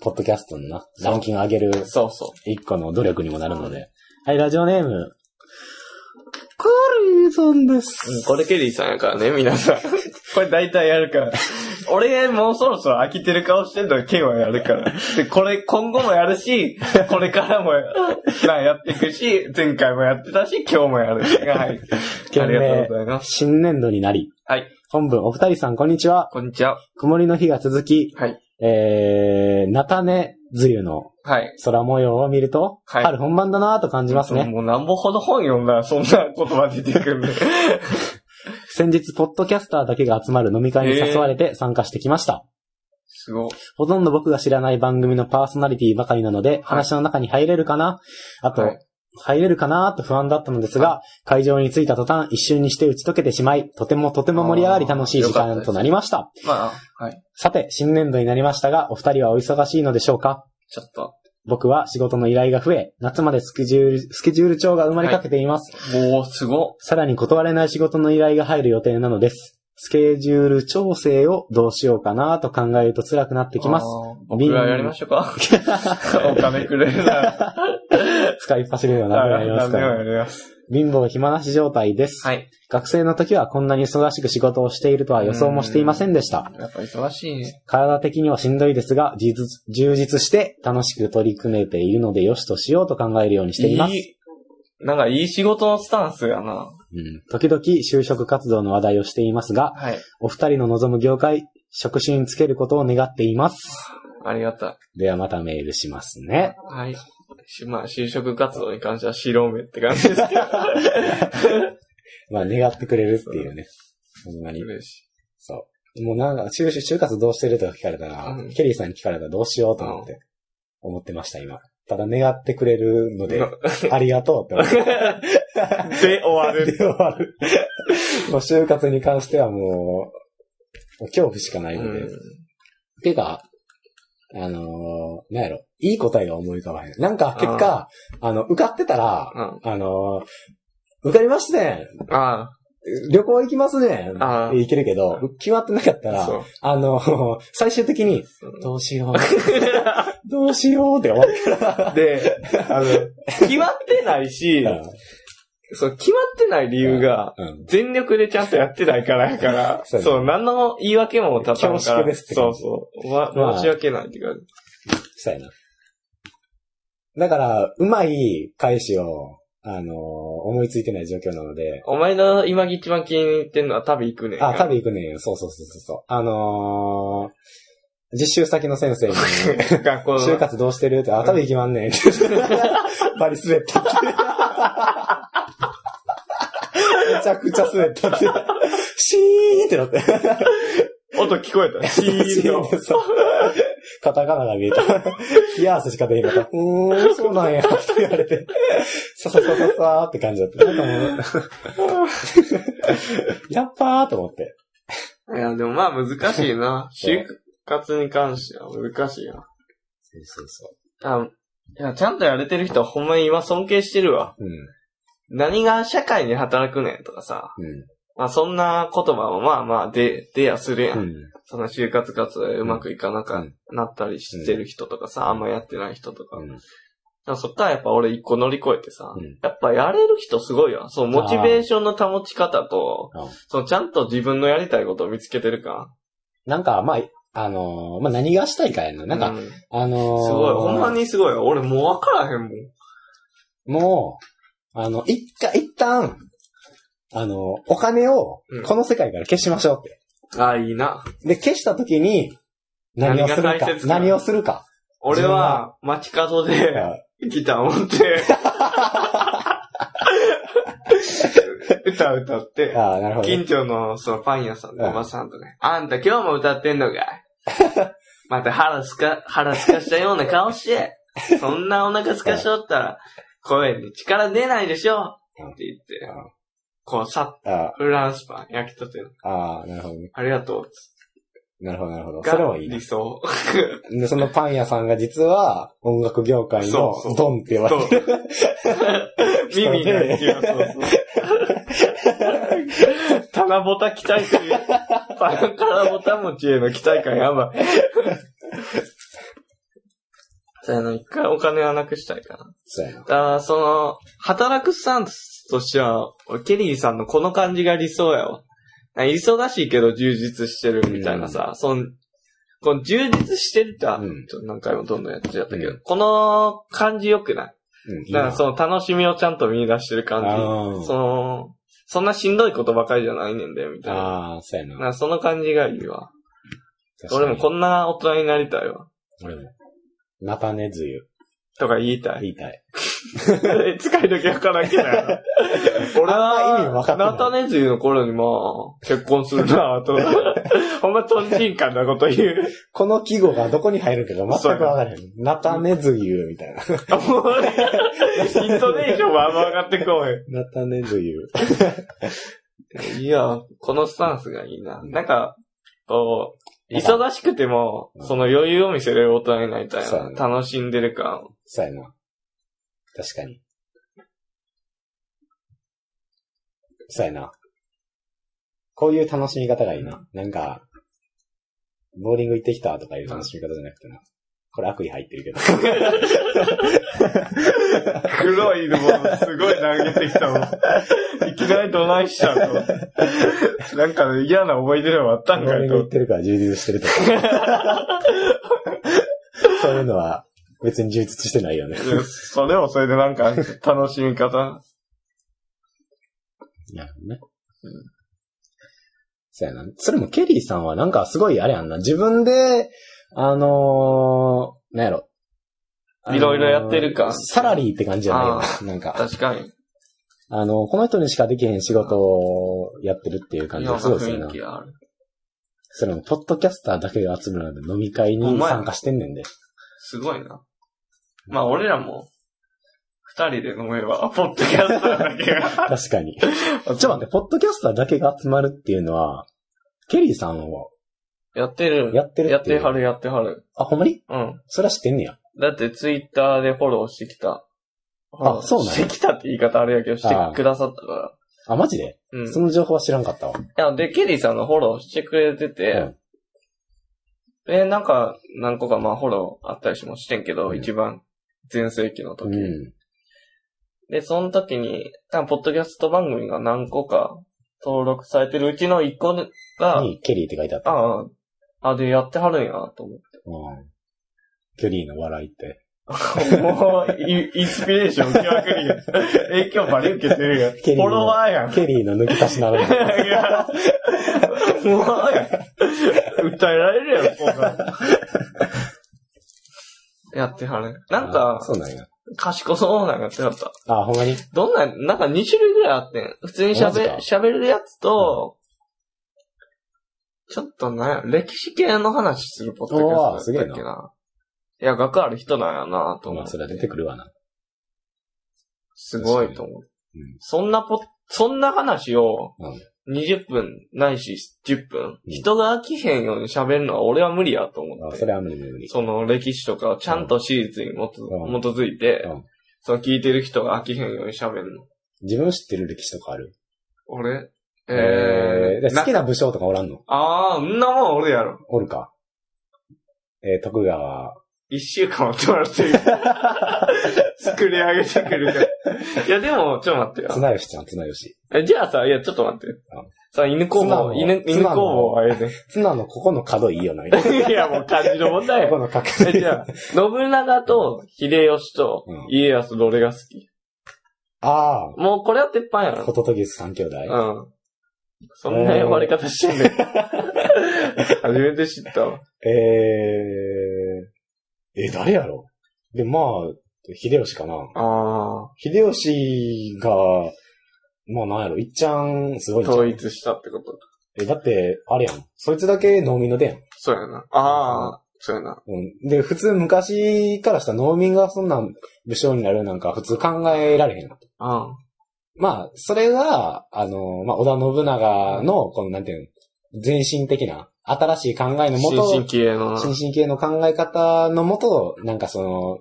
ポッドキャストのな、
そう
ランキング上げる
そうそ
一個の努力にもなるの
う
で。はい、ラジオネーム。カリーさんで
う。うん
す。
これケリーさんやからね、皆さん。 これ大体やるから。俺もうそろそろ飽きてる顔してんのにケンはやるから。で、これ今後もやる し、これからもやなやっていくし、前回もやってたし、今日もやる。はい。あ
件
りがとう
名
ございます。
新年度になり。
はい。
本文、お二人さん、こんにちは。
こんにちは。
曇りの日が続き、
はい。
えー、菜種梅雨の
はい。
空模様を見ると、
はい
春本番だなぁと感じますね。
もうなんぼほど本読んだらそんな言葉出てくるんで。
先日、ポッドキャスターだけが集まる飲み会に誘われて参加してきました。
すごい。
ほとんど僕が知らない番組のパーソナリティばかりなので、話の中に入れるかなあと、
はい
入れるかなと不安だったのですが、会場に着いた途端、一瞬にして打ち解けてしまい、とてもとても盛り上がり楽しい時間となりました。
まあ、はい。
さて、新年度になりましたが、お二人はお忙しいのでしょうか
ちょっと。
僕は仕事の依頼が増え、夏までスケジュール、スケジュール帳が埋まりかけています。
もう、すご
さらに断れない仕事の依頼が入る予定なのです。スケジュール調整をどうしようかなと考えると辛くなっ
い。
てきます。
あー。僕がやりましょうか。 お金くれるな。
使い走るようになりま
何
す
で
か
も
ら。
やります。
貧乏暇なし状態です、
はい。
学生の時はこんなに忙しく仕事をしているとは予想もしていませんでした。
やっぱ忙しいね。
体的にはしんどいですが、充実充実して楽しく取り組めているのでよしとしようと考えるようにしています。
い。なんか、いい仕事のスタンスやな。
うん時々就職活動の話題をしていますが、
はい。
お二人の望む業界、職種につけることを願っています。
ありがた
ではまたメールしますね。
い。はい。しまあ、就職活動に関しては白目って感じですけど。
まあ、願ってくれるっていうね。ほんまに。
嬉しい。
そう。もうなんか、就就活どうしてるとか聞かれたら、
うん
ケリーさんに聞かれたらどうしようと思って、思ってました、今。ただ、願ってくれるので、 ありがとうって思って
で、終わ る。
終わる。もう就活に関してはもう、もう恐怖しかないので。てか、あのー、なんやろ、いい答えが思い浮かばへん。なんか、結果、あの、受かってたら、
うん。
あのー、受かりましたね
あ
旅行行きますね
あー
っていけるけど、決まってなかった
あ。
ら、
そう。
あの、 最終的に、どうしよう。 どうしようって思って
で、 あの、決まってないし、そう、決まってない理由が、
うんうん
全力でちゃんとやってないからやから、
そ
そうう
ね
何の言い訳も立たん
恐
から。
縮ですって
そ
感
う
じ
そう。わ、
まあ
申し訳ないって感じ。
そうやな。だから、うまい返しを、あの、思いついてない状況なので、
お前の今一番気に入ってんのは旅行くねんや。
あ、旅行くねんよ。そうそうそうそうそう。あのー、実習先の先生に、
学校の。
就活どうしてるって、あ、旅行きまん ねんって。バリ滑ったって。めちゃくちゃ滑ったって。シーンってなって。
音聞こえ た。シーンの。
そうカタカナが見えた。冷や汗しか出なかった。うーん、そうなんや、って言われて。さささささーって感じだった。なんかもう、やっぱーと思って。
いや、でもまあ難しいな。
そう
就活に関しては難しいな。
そうそうそ
あいや、ちゃんとやれてる人はほんまに今尊敬してるわ。
う。うん、
何が社会に働くねんとかさ。
うん、
まあそんな言葉もまあまあで、でやするやん。
うん、
その就活活動でうまくいかな
う
か
ん
なったりしてる人とかさ、あんまやってない人とか。だ
うん
からそっからやっぱ俺一個乗り越えてさ、
うん
やっぱやれる人すごいわ。そう、モチベーションの保ち方と、
あー
そのちゃんと自分のやりたいことを見つけてるか。
なんか、まあ、あのー、まあ、何がしたいかやんな。なんか、
う
あのー
すごい、ほんまにすごい。俺もうわからへんもん。
もう、あの、一回、一旦、あの、お金を
うん、
この世界から消しましょうって。
あ、いいな。
で、消した時に、何をする
何が
か
大切、か
何をする か。
俺は、街角で、ギター持 って、歌歌って、
ああ、なるほど。
近所の、そのパン屋さんの
うん
おばさんとか、あんた今日も歌ってんのかい また腹すか、腹すかしたような顔して、そんなお腹すかしとったら、声に力出ないでしょ
うん
って言って
うん、
こうさ、
あ
フランスパン焼きたての、
あ、ああなるほどね。
ありがとう。
なるほど、なるほど。それ
が
はいいね
理想。
で、そのパン屋さんが実は、音楽業界の
そうそう
ドンって言われ
と
て、
耳が行きます。棚ぼた期待する。棚ぼた持ちへの期待感やばい。そうやな、一回お金はなくしたいかな。
そうやな。
だから、その、働くスタンスとしては、俺ケリーさんのこの感じが理想やわ。なんか忙しいけど充実してるみたいなさ、その、この充実してるって、は
うん
ちょっと何回もどんどんやっちゃったけど、
う
この感じ良くない
うん。
だからその楽しみをちゃんと見出してる感
あー
じ。その、そんなしんどいことばかりじゃないねんだよ、みたいな。
ああ、そうや
なん
な。
かその感じがいいわ。
確か
俺
に
もこんな大人になりたいわ。
俺も。またね、ずゆ。
とか言いたい。
言いたい。
使い時わからんけどやな。 俺
あんま意味
は、
分かってない
ナタネズミの頃にも、結婚するな ぁと。ほんまトンチンカンなこと言 う。
この季語がどこに入るかが全くわからへん。なたねずゆ、みた いな。
もうねイントネーションもあんま上がってこい。
なたねずゆ。
いや、このスタンスがいいな。なんか、こう、忙しくても
う、ん
その余裕を見せれる大人になりたい
そうや
な。楽しんでる 感。
そうやな。確かに。そうやな。こういう楽しみ方がいいな。なんか、ボーリング行ってきたとかいう楽しみ方じゃなくてな。これ悪意入ってるけど。
黒いのもすごい投げてきたもん。 いきなりどないした のなんか嫌 な思い出でもあったん
ボー
か
リ
い
ング行
と
っ。てるから充実してるとか。 そういうのは別に充実してないよね。
いやそれもそれでなんか楽しみ方。
なるほどね。そうやな。それもケリーさんはなんかすごいあれやんな。自分で、あのー、なんやろ。
いろいろやってるか
サラリーって感じじゃないよ
あ。
なんか、
確かに。
あの、この人にしかできへん仕事をやってるっていう感
い
じ
ろん
が
な
すごいですよ
雰
な
囲気。がある。
それも、ポッドキャスターだけが集まるので飲み会
ほん
に
まや
参加してんねんで。
すごいな。まあ俺らも、二人で飲めば、ポッドキャストだけ が。
確かに。ちょっと待って、ポッドキャスターだけが集まるっていうのは、ケリーさんを
やってる。
やってる
や
っ
って
い
て
う。
はる、やってはる。
あ、ほんまに
うん。
それは知ってんねや。
だってツイッターでフォローしてきた。
あそうなんや
してきたって言い方あれやけど、してくださったから。
あ、マジで
うん。い
その情報は知らんかったわ。
や、で、ケリーさんのフォローしてくれてて、で、なんか、何個かまあフォローあったりしもしてんけど、
うん
一番前世紀の
う
時。
ん。うん。
で、その時に、多分ポッドキャスト番組が何個か登録されてるうちの一個が、
に、ケリーって書いてあった。
ああ、あ、で、やってはるんやな、と 思って。
うん。ケリーの笑いって。
もう、イインスピレーション受けまくりや。影響バリ受けてるやん。フ
ケリー
ォロワーやん。
ケリーの抜き足しながら。
いやもうやん、歌えられるやろ、こんなんやってはる。 なん
あ
か
そ、うなんや。
賢そうなんやってはった。
あ、ほんまに
どんな、なんか2種類ぐらいあってん。普通に
マジ
喋
か、
喋るやつと、ちょっとね、歴史系の話するポッドキャストだったっけ
お
な。いや、学ある人なんやなと思
ま
っ
あ、
て
そ。れは出てくるわな。
すごいと思う。
うん。
そんなポッ、そんな話を
うん、
20分ないし10分、
うん
人が飽きへんように喋るのは俺は無理やと思っ
あ、
て。
それは無理無理無理。
その歴史とかをちゃんと史実に基
うん
基づいて
うん、
その聞いてる人が飽きへんように喋るの。
自分知ってる歴史とかある
俺え
で
ー、
好きな武将とかおらんの
ああ、んなもん俺やろ。
おるかえー、徳川
一週間は泊まる という作り上げてくるから。いや、でも、ちょっと待ってよ。
綱吉ちゃん、綱吉。
えじゃあさ、いや、ちょっと待って
あ。
さ、犬工
妻
房、
の
犬、犬工
妻の
房あれね。
綱のここの角いい よな、みたい
いや、もう漢字の問題
な。
や
ここの角。
え、じゃあ、信長と秀吉と
うん
家康どれが好き
あ
もうこれは鉄板や
あ、
ろ
ホ。トトギス三兄弟。
うん。そんな呼ばれ方してん ねん。初めて知ったわ。
えー、え、誰やろで、まあ、秀吉かな。
あ
秀吉が、まあなんやろ、いっちゃん、すご
あ、
いじゃん
統一したってことか。
え、だって、あれやん。そいつだけ農民の出やん。
そうやな。ああ、そうやな。
うん。で、普通昔からしたら農民がそんなん武将になるなんか普通考えられへん。
うん。
まあ、それが、あの、まあ、織田信長の、この、なんていうの、全身的な、新しい考えのも
新
と、
進気鋭のな。
新進系の考え方のもと、なんかその、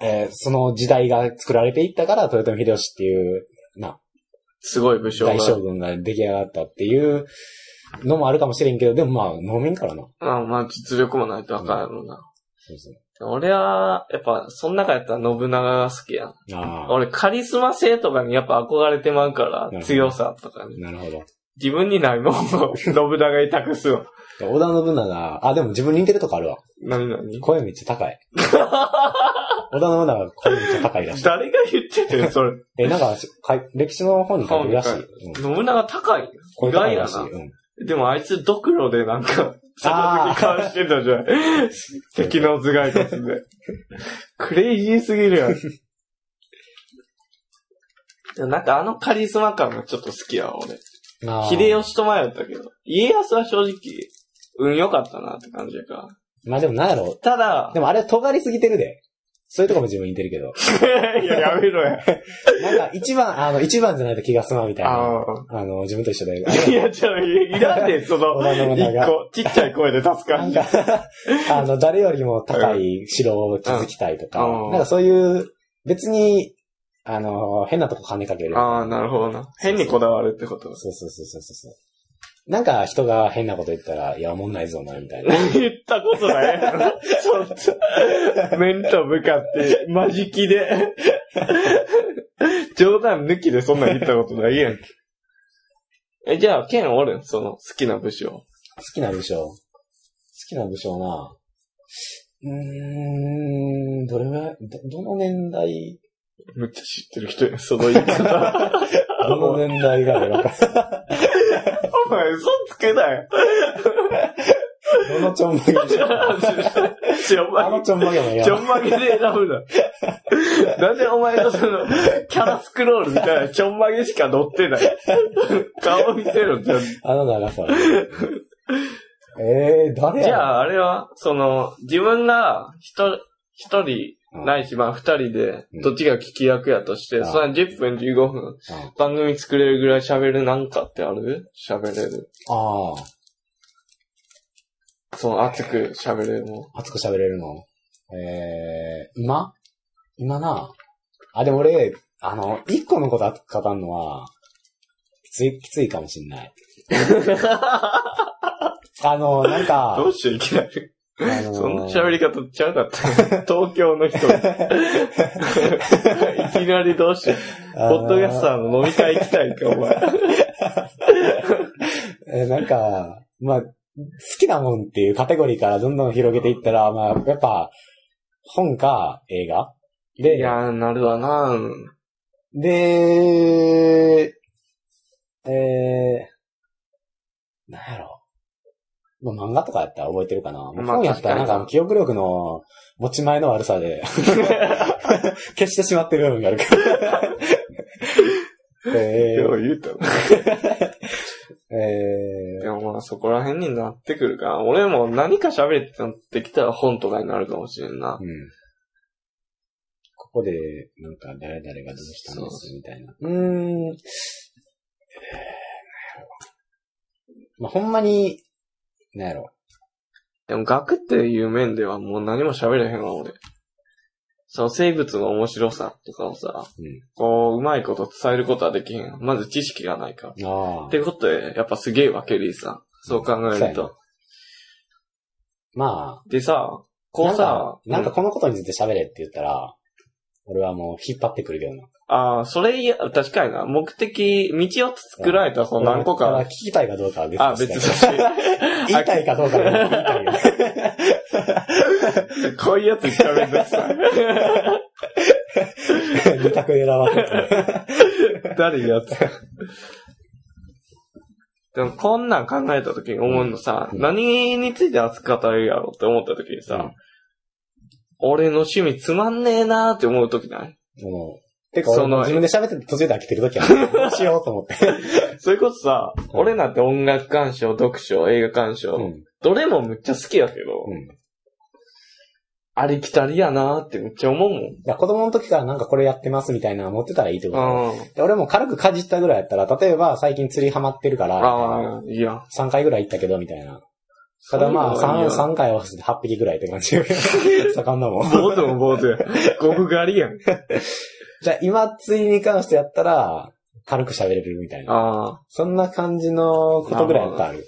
えーその時代が作られていったから、豊臣秀吉っていう、な、
すごい武将が。
大将軍が出来上がったっていうのもあるかもしれんけど、でもまあ、農民からな。
まあまあ、実力もないとわからんやろな。
そうそう
俺は、やっぱ、その中やったら信長が好きやん。
ああ、
俺、カリスマ性とかにやっぱ憧れてまうか
ほ
ら、
ど
強さとかに。
なるほど。
自分にないもん を信長に託すわ。
織田信長、あ、でも自分に似てるとこあるわ。
何何
声めっちゃ高い。 織田信長声めっちゃ 高いらしい。
誰が言って てそれ。
え、なんか、かい歴史の本に書いてるらしい。
本に
うん
信長高い。
声高いらしい。
意外
うん。
でもあいつドクロでなんか、
あ
逆
ー
顔してたじゃん。敵の頭蓋骨で。クレイジーすぎるよ。でもなんかあのカリスマ感がちょっと好きやわ、俺。
まあ、
秀吉と迷ったけど。家康は正直、運良かったなって感じやから。
まあでもなんやろ。
ただ、
でもあれ尖りすぎてるで。そういうとこも自分に似てるけど。
いや、やめろや。
なんか一番、あの、一番じゃないと気が済まんみたいな。
あー
あの、自分と一緒で。
いや、ちょ、いらんで、そ の、
織田信
一
長
個、ちっちゃい声で助か
なんん
で。
か、あの、誰よりも高い城を築きたいとか、
うん
なんかそういう、別に、あの、変なとこ金かける。
ああ、なるほどな。変にこだわるってこと。
そうそうそうそうそう。なんか人が変なこと言ったら、いや、おもんないぞ、お前、みたいな。
言ったことないやろ。 そんな面と向かって、間引きで。 冗談抜きでそんなん言ったことないやんけ。え、じゃあ、剣おるんその、好きな武将。
好きな武将。好きな武将な。うーん、どれぐらい、ど、どの年代、
めっちゃ知ってる人やん、その言い 方。
どの年代があるのか、
お前、嘘つけない
どのちょんまげでしょう か
ちょんま
あのちょんまげも
げ。
や
ちょんまげで選ぶ な。なんでお前のその、キャラスクロールみたいなちょんまげしか乗ってない。顔見せろ、ちゃんと
あの 長さ。えー、誰や
じゃあ、あれは、その、自分が、ひと、一人、
うん
ないし、まあ、二人で
う、ん
どっちが聞き役やとして、
うん
それは10分、15分、番組作れるぐらい喋るなんかってある喋れる。
ああ、
そう、熱く喋れるもん。
熱く喋れるの。えー、今今な。あ、でも俺、あの、一個のこと熱く語るのは、きつい、きついかも しんない。あの、なんか、
どうしよう、いきなり。
あの
そんな喋り方ちゃうかった。東京の人。 いきなりどうしよう。
あ
ポッ
の
ドキャスターの飲み会行きたいか、お前。
えーなんか、まあ、好きなもんっていうカテゴリーからどんどん広げていったら、まあ、やっぱ、本か映画で、
いやー、なるわなうん
で、えー、なんやろ。まあ、漫画とかやったら覚えてるかな。
まあ
本やったらなん
確かに
か記憶力の持ち前の悪 さで消してしまってる部分があ るから。え
よう言うたな
ー、え
でもまあそこら辺になってくるかな。俺も何か喋れってなってきたら本とかになるかもしれんな
ー、。うん。ここで、なんか誰々が出てきたんです、みたいな。うーん。えーなんやろまあ、ほんまに、なんやろ。
でも学っていう面ではもう何も喋れへんわ、俺。その生物の面白さとかをさ、
うん
こう、うまいこと伝えることはできへん。まず知識がないから。
ああ
ってことで、やっぱすげえわ、ケリーさん。そう考え
そ
る
うやな
と。
ま
でさ、こうさ
か、、なんかこのことについて喋れって言ったら、俺はもう引っ張ってくるけどな。
ああ、それいや、確かにな。目的、道を作られたら、その何個
だら
か。
聞きたいかどうかは別
あ、
とし
別
て
にして。
言いたいかどうかは言いたいよ。
こういう やつ一回目ずさい。
二択で選ばれて。
誰やつでも、こんなん考えた時に思うのさ、
うん
何について熱く語れるやろって思った時にさ、俺の趣味つまんねえなーって思う時ない
もう。てか、俺
その
も自分で喋ってて途中で飽きてる時は、 どうしようと思って。
それこそさ、
うん
俺なんて音楽鑑賞、読書、映画鑑賞、
うん。
どれもむっちゃ好きやけど、
うん。
ありきたりやなーってめっちゃ思うもん。
だから子供の時からなんかこれやってますみたいなの持ってたらいいってことだよ
うん。
で俺も軽くかじったぐらいやったら、例えば最近釣りハマってるから、
ああ、いや。
3回ぐらい行ったけど、みたいな。ただまあ、
そういう
3、
のはい
三回合わせて8匹ぐらいって 感じ。盛んだもん
い。やボートもボー トや。ゴブ狩りやん。
じゃあ今釣りに関してやったら、軽く喋れるみたいな。
ああ。
そんな感じのことぐらいやったらある。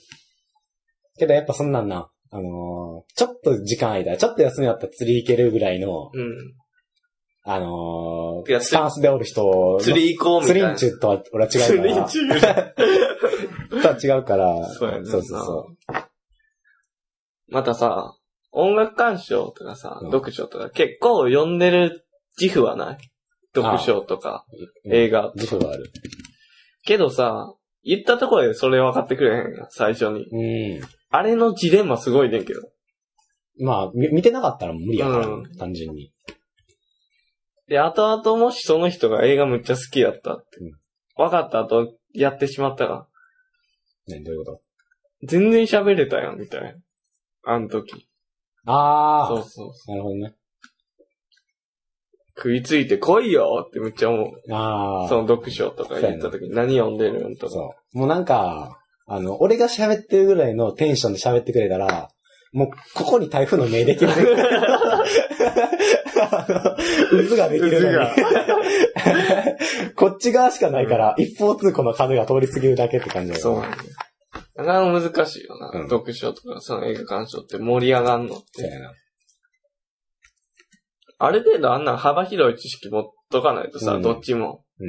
けどやっぱそんなんな、あのーちょっと時間空いたら、ちょっと休みだったら釣り行けるぐらいの、
うん。
あの
いや
ー、スタンスでおる人の
釣り行こうみた
釣
い
り
な。
んちゅとは俺は違う から。
釣りんちゅう。
とは違うから。
そうやねんな
そうそうそ
またさ、音楽鑑賞とかさ、
うん
読書とか、結構読んでる自負はない読書とか、
うん
映画。
う。自負はある。
けどさ、言ったところでそれ分かってくれへんやん最初に。
う
あれのジレンマすごいねんけど。
ん。まあ、み見てなかったら無理やから、
うん
単純に。
で、後々もしその人が映画むっちゃ好きだったって
うん。
分かった後、やってしまったら、
ね、どういうこ
全然喋れたやん、みたいな。あの時。
とあ
そう
あ、
そう。
なるほどね。
食いついて来いよってめっちゃ思う。
ああ、
その読書とか言った時に何読んでるんとか。
そう。もうなんか、あの、俺が喋ってるぐらいのテンションで喋ってくれたら、もう、ここに台風の目できる。あの渦ができるのに。こっち側しかないから、一方通行の風が通り過ぎるだけって感じだよ
そうなんだよ。なかなか難しいよな。
うん
読書とかその映画鑑賞って盛り上がんのっ
そう
て。
やな。
ある程度あんな幅広い知識持っとかないとさ、
うん
どっちも。
うん。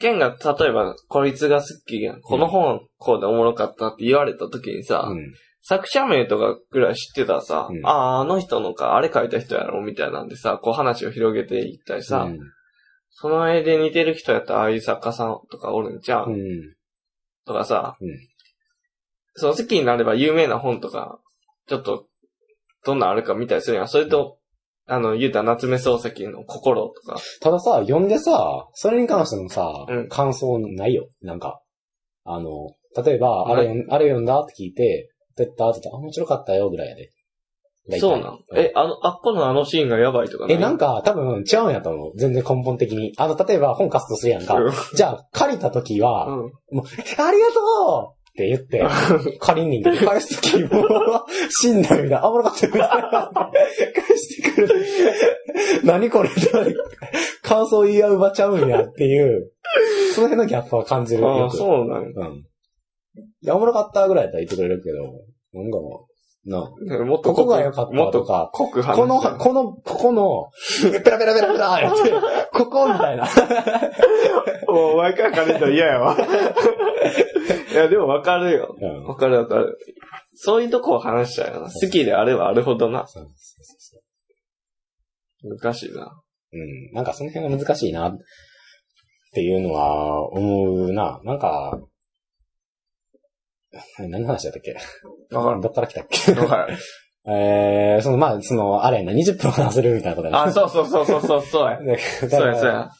ケンが例えば、こいつが好きやん。この本、こうでおもろかったって言われた時にさ、
うん。
作者名とかぐらい知ってたらさ、
うん
ああ、あの人のか、あれ書いた人やろみたいなんでさ、こう話を広げていったりさ、
うん
その絵で似てる人やったら、ああいう作家さんとかおるんちゃう、
うん。
とかさ、
うん
その好きになれば有名な本とか、ちょっと、どんなんあるか見たりするやん。それと、あの、言うたら夏目漱石の心とか。
たださ、読んでさ、それに関してのさ、
うん
感想ないよ。なんか、あの、例えば、あれ
な
読ん、あれ読んだって聞いて、ペッターって言ってあ、面白かったよ、ぐらいやで。大体
そうなんえ、あの、あっこのあのシーンがやばいとか
え、なん
か、
か、多分違うんやと思う。全然根本的に。あの、例えば本貸すとするやんか。
う
じゃあ、借りた時は、
ん。うん
ありがとうって 言って、借りんねんけど、返す時も、死んだみたいな、あ、おもろかったよみたいな。返してくる。何これ感想言い合う場ちゃうんやっていう、その辺のギャップは感じる。
あ
よ
あ、
く
そうなん
うん。いや、おもろかったぐらいだったら言ってくれるけど、なんかもう、なあ
や。もっと濃
ここ
く
が良かっ
もったと
とか、
濃く話
この、この、ここの、ペラペラペラペラって、ここみたいな。
もう毎回かれたら嫌 やわ。いや、でもわかるよ。
うん
わかるわかる。そういうとこを話しちゃうよな。好きであればあるほどな。
そうそうそうそう
難しいな。
うん。なんかその辺が難しいな、っていうのは思うな。なんか、何の話だったっけ
わかる
どっから来たっけ
わかる。
えー、その、まあ、その、あれやな、20分話せるみたいなことやな。
あ、そうそうそうそうそうそうや。
だか
そうや、
ら
そうや。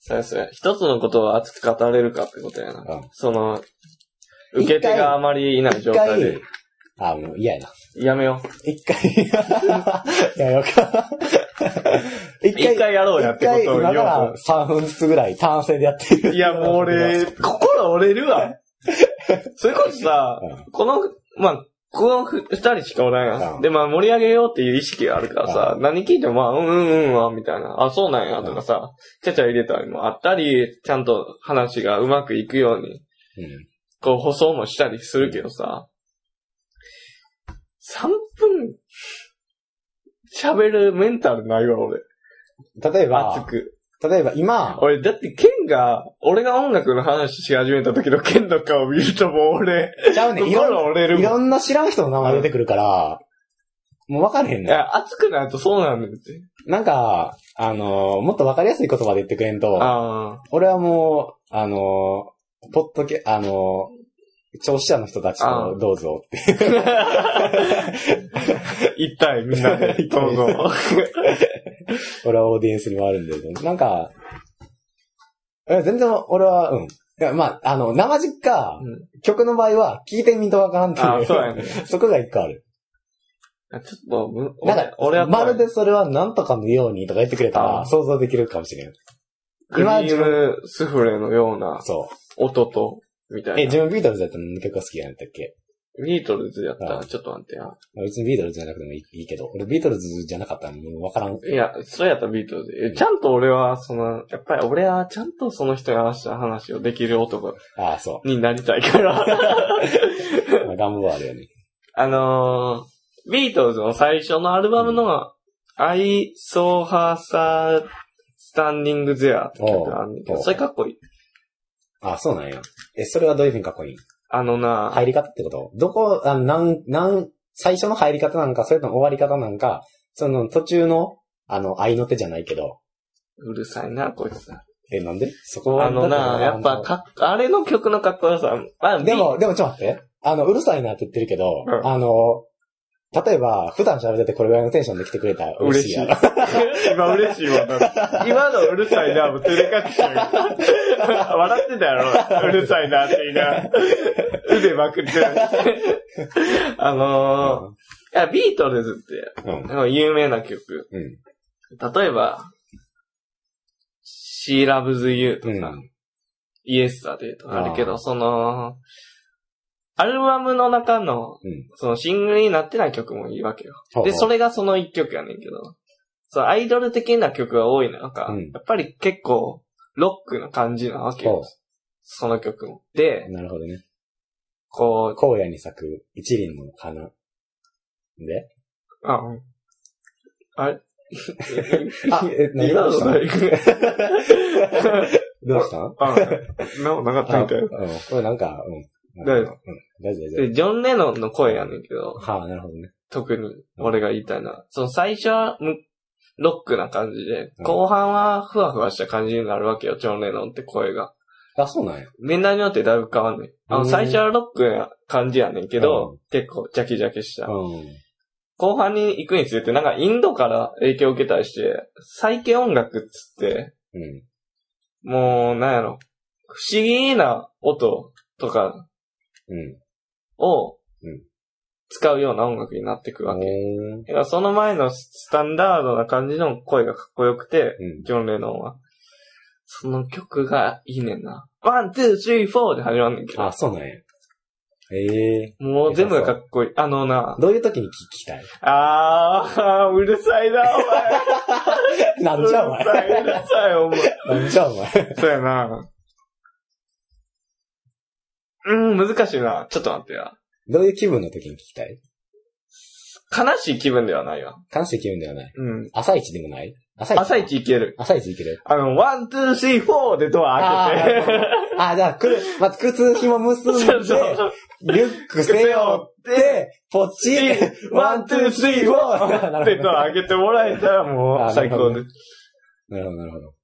そうや、そうや。一つのことを熱く語れるかってことやな。
うん
その、受け手があまりいない
一
状態
回
で。、
あ、もう嫌やな。
やめよう。
一回、 やようか。一
一回やろうやってことを
一回今
言
か
お
ら
う
3分ずつぐらい単性でやって
と。
る。
いや、もう俺、心折れるわ。 それこそさ、
う
この、まあ、このふ二人しかおらんや。
うんん
で、まあ、盛り上げようっていう意識があるからさ、何聞いても、まあ、うんうんうんわ、みたいな。あ、そうなんや、とかさ、ちゃちゃ入れたりもあったり、ちゃんと話がうまくいくように、
うん。
こう、舗装もしたりするけどさ、3分喋るメンタルないわ、俺。
例えば
熱、く。
例えば今、
俺、だって、ケンが、俺が音楽の話し始めた時のケンの顔見るともう俺、
ちゃうねん、いろん
心折れる
い
もん。
ろんな知らん人の名前出てくるから、もう分かれへ
い
んねん。
や、熱くなるとそうなんだよって。
なんか、あのー、もっと分かりやすい言葉で言ってくれんと、
あ
俺はもう、あのー、ポッドキャ、あのー、聴取者の人たち
あ
とどうぞって。
あ。 一体みんなで、どうぞ。
俺はオーディエンスに回るんで、なんか、え全然俺は、うん。いや、まあ、あの、生実か、
うん
曲の場合は、聞いてみんとわからんっていう。
あそうやね。
そこが一個ある。
ちょっとむ、
なんか、
俺は、
まるでそれはなんとかのようにとか言ってくれた
あ
ら、想像できるかもしれん。
クリームスフレのような
そ
音と、みた
う。え、
い
自
な。
分ビートルズだったら何の曲が好きなんだったっけ
ビートルズやった
あ
ら、ちょっと待ってな。
まあ別にビートルズじゃなくてもいいいいけど、俺ビートルズじゃなかったらもうわからん。
いや、それやったらビートルズ。えちゃんと俺は、その、やっぱり俺はちゃんとその人に話した話をできる男
ああ、そ
になりたいから。
う。まあ、願望はあるよね。
あのー、ビートルズの最初のアルバムの、I saw her sa- standing there って曲があんねんけ
お
ど、
う
それかっこいい。
ああ、そうなんや。え、それはどういう風にかっこいい
あのな、
入り方ってことどこ、あの、なん、なん、最初の入り方なんか、それとも終わり方なんか、その途中の、あの、愛の手じゃないけど、
うるさいな、こいつ。
え、なんでそこは。
あのな、
だ
や
て
っぱかっ、あれの曲のかっこよさ、まあ、ビ
で
ー、
も、でもちょっと待って。あの、うるさいなって言ってるけど、
うん
あの、例えば、普段喋っててこれぐらいのテンションで来てくれたら嬉
嬉
し
しい
いやろ。。
今嬉しいわ。今のうるさい な、もう照れ隠しちゃう。笑ってたやろ。うるさいなって言い な。腕まくりてる。あのー、いや、ビートルズっ
うん。うん。
て、有名な曲。
うん。
例えば、She Loves You とか、
う
Yes だでとかあるけ
あ
ど、その、アルバムの中の
うん、
そのシングルになってない曲もいいわけよ。で、そ
れ、
れがその一曲やねんけど、そう、アイドル的な曲が多いなんか、
うん
やっぱり結構、ロックな感じなわけよ
ほ。
その曲も。で、
なるほどね。
こう、
荒野に咲く一輪の花。で
あ、うんあれ
あ、 え、何どうした
な
の
い。
どうしたの
あ、ななかったみたい
うん。これなんか、うん。
大丈夫
うん。大丈夫、大
で、ジョン・レノンの声やねんけど、
丈夫。はあ、なるほどね。
特に俺が言いたいのは、その最初はむロックな感じで
う、ん
後半はふわふわした感じになるわけよ、ジョン・レノンって声が。
あ、そうなんや。
年代によってだいぶ変わんねん。あ
う
の、
ん
最初はロックな感じやねんけ
う
ど、結構ジャキジャキした。
うん。
後半に行くにつれて、なんかインドから影響を受けたりして、最近音楽っつって、
うん。
もう、なんやろ、不思議な音とか
うん。
を
うん、
使うような音楽になってくわけ。
うん。
だからその前のスタンダードな感じの声がかっこよくて、
うん。
ジョン・レノンは。その曲がいいねんな。ワン、ツー、スリー、フォーで始まんねんけど
あ、。そうなんや。ええ
もう全部がかっこいい。あのな、
どういう時に聞きたい
あー、うるさいな、お
な
前。
んじゃお前
う。 るさい、うるさい、お前。
なんじゃお前。
そうやな。うん、難しいな。ちょっと待ってよ。
どういう気分の時に聞きたい
悲しい気分ではないわ。
悲しい気分ではない。
うん。
朝一でもない朝一。
朝。一いける。
朝一いける。
あの、ワン、ツー、スリー、フォーでドア開けて。
あ、じゃあ、くる、まず靴紐結んで、
そうそうそう。
リュック背負って、ポッチ、
ワン、ツー、スリー、フォー
な
って
るほど
ドア開けてもらえたらも
あ
う最高
な
で
るほ
す。
なるほど、なるほど。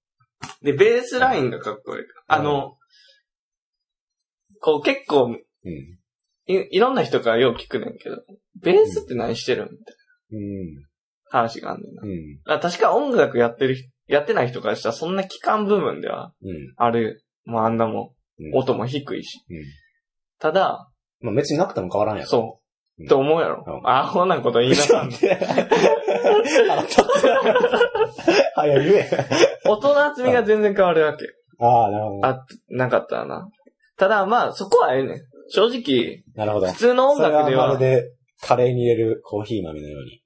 で、ベースラインがかっこいい。あの、こう結構、
うん。
いいろんな人からよう聞くねんけど、ベースって何してるみたい
うん。
な話があんねんな。
うん。
あ確か音楽やってる人、やってない人からしたらそんな期間部分では
うん。
ある。もうあんなも
うん
ん、音も低いし。
うん。
ただ、
まあ、別になくても変わらんやろ。
そう。
うん
と思うやろ
うん。
アホなこと言いな さん。
腹立つ。早い言え。
音の厚みが全然変わるわけ。
ああ、なるほど。
あ、なかったらな。ただまあ、そこはええねん。正直、
なるほど。
普通の音楽
そ
で
れはま
は
る、で、カレーに入れるコーヒー豆のように。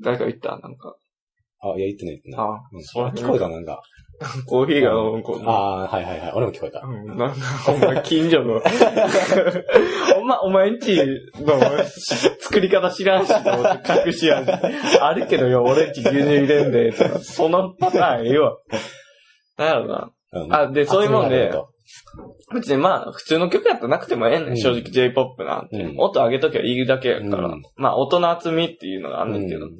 誰か言ったなんか。
あ、いや、言ってない言ってない。
あ、
うん
そう
あ聞こえたなんか。
コーヒーが飲む子。
ああー、はいはいはい。俺も聞こえた。
うんなんか、ほんま近所 の。ほんま、お前んちの作り方知らんし、隠し味。あるけどよ、俺んち牛乳入れんで、とか、そのパターンええわ。なんやろな。
うん
あ、で、そういうもんで、
集
別にまあ、普通の曲やったらなくてもええねん、
うん
正直 J-POP なんて。
うん
音上げときゃいいだけやから。
うん
まあ、音の厚みっていうのがあん
め
ね
る
んけ
と
ど。
うん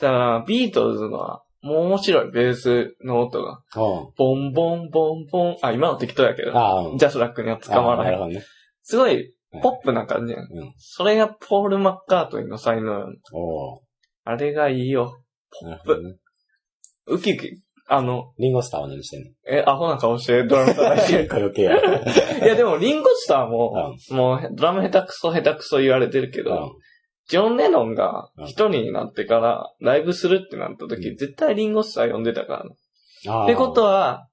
ただから、ビートルズのは、もう面白い、ベースの音が。
うん
ボンボンボンボン。あ、今の適当やけど。
ああ、うん
ジャスラックには捕ま
あーな
らな
る
い。
ほどね。
すごい
はい、
ポップな感じやん。
うん
それがポール・マッカートニーの才能やん。
おー
あれがいいよ。
なるほどね。
ウキウキ。あの、
リンゴスターは何して んの
え、アホな顔してドラム叩いて
結 構余計や。
る。いや、でも、リンゴスターも、もう、ドラム下手くそ下手くそ言われてるけ
う
ど、
ん
ジョン・レノンが
うん
一人になってからライブするってなった時、
う
絶対リンゴスター呼んでたからな。
あー
ってことは、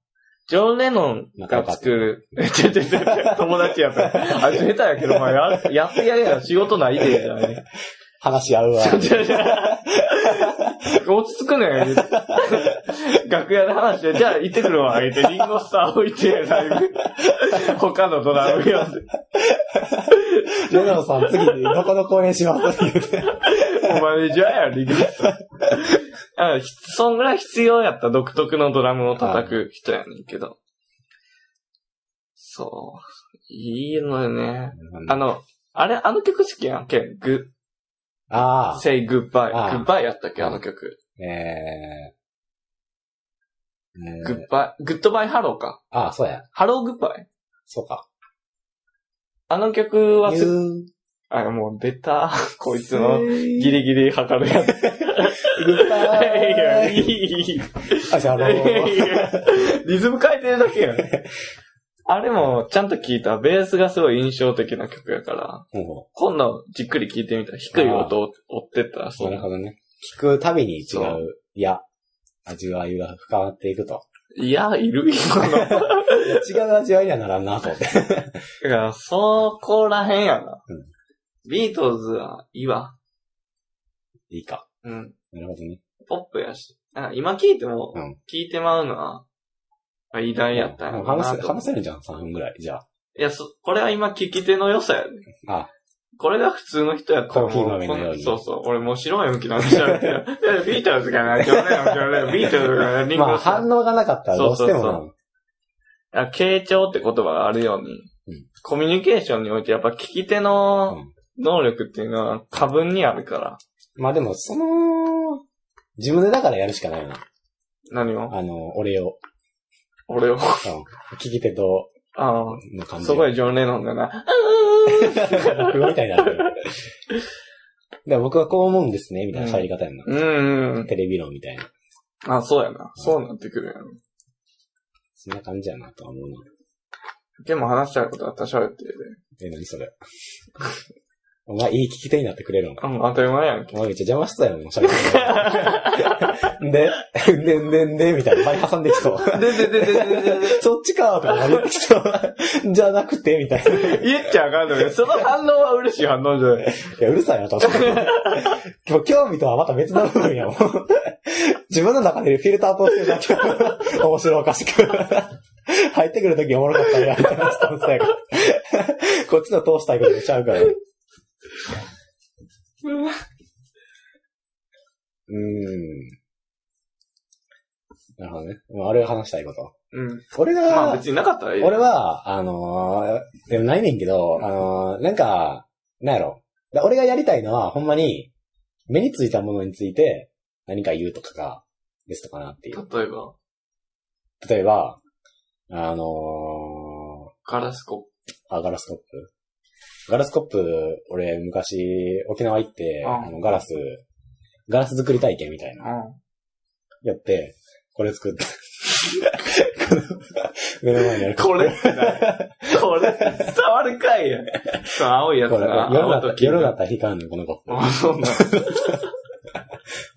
ジョン・レノンが作る、え、ちょちょちょ、友達や から。あ、下手やけど、お前や、やってやれや、仕事ないで、じゃない。
話し合う わ。
そうそうそう 落ち着くねん。楽屋で話して、じゃあ行ってくるわ、言って、リンゴスター置いて、ライブ。他のドラム呼んで。
レノンさん、次、どこの公演しますって言うて。
お前じゃあや、リンゴスター。あひそんぐらい必要やった独特のドラムを叩く人やねんけど。そう。いいのよね。あの、あれ、あの曲好きやんけん。グ
あ
say goodbye.
あー
goodbye やったっけあの曲。
あ、えー。えー
goodbye. goodbye hello か。
ああ、そうや。
hello goodbye?
そうか。
あの曲はす
言う
あ、もう出た。こいつの、ギリギリ測るや つ。い
グ ッバ
や、い
イ。
い、いい。
あ、じゃあ、あの ー、
リズム変えてるだけやん。あれも、ちゃんと聞いた。ベースがすごい印象的な曲やから、
も
今度じっくり聞いてみたら、低い音を追ってったら、
う
そ
なる
う。
ほどね。聞くたびに違、
そう
いや、味わいが深まっていくと。
いや、いる、今の。だか
違う味わいにはならんなと思って。
ら、そこらへんやな
うん。
ビートルズはいいわ。
いいか。
うん。
なるほどね。
ポップやし。なんか今聞いても
うん、
聞いてまうのは、まあ偉大やったんや
も
ろ
う
なと
話せ、話せるじゃん、3分ぐらい。じゃあ。
いや、そ、これは今聞き手の良さやね。
あ
これが普通の人やったらもう
コーヒー豆のように
こんそうそう。俺もう白目向きなんでしょ。いやビートルズがな、去年のビートルズがな、リン
ま
ゴ
あ、
さ
反
ん。
応がなかったらどうしても
そうそ
な、
あ傾聴って言葉があるように、
うん
コミュニケーションにおいてやっぱ聞き手の能力っていうのは過分にあるから。
まあでも、その、自分でだからやるしかないな。
何を
あの、俺を、
俺を。
うん聞き手と
あ
の感
あ、
じ。
すごいジョン・レノンだな。
僕みたいになってる。でも僕はこう思うんですね、みたいな喋り方やんな。
うんうん。
テレビ論みたいな。
あ、そうやな。そうなってくるやろ。
そんな感じやなとは思うな。
でも話したいことあったら喋ってる
え、何それ。 お前、いい聞き手になってくれるの
で。
か。
うん、当たり前やんけ。
お前めっちゃ邪魔したよ、もう喋 ってるので、んで、んで、んで、みたいな。前挟んできそう。
ででででででで。
そっちかとか言ってきそう。じゃなくて、みたいな。い
言っちゃあかんのよ。その反応は嬉しい反応じゃない。
や、うるさいな、確 かに。でも興味とはまた別の部分やもん。自分の中でフィルター通してるだけやもん。面白おかしく。入ってくるときおもろかったり やみたいなスタンスやから。こっちの通したいことにしちゃうから。うーん。なるほどね。まあ、あれが話したいこと。
うん。
俺が、
まあ別になかったらいい。
俺は、あのーでもないねんけど、あのーなんか、なんやろ。だ俺がやりたいのは、ほんまに、目についたものについて、何か言うとかが、ベストかなっていう。
例えば、
例えば、あの
ガラスコ
ーあ、ガラスコップ。ガラスコップ、俺、昔、沖縄行って、
あ
あのガラス、ガラス作り体験みたい
ップ。
な。やって、これ 作って。この目の前にある
こ れってな、これ、伝わるかいや。その青いやつ
これ、
な。
夜だ
青
った
と
ら、
黄色
夜だったら光るの、このコップ。
あ、そうなん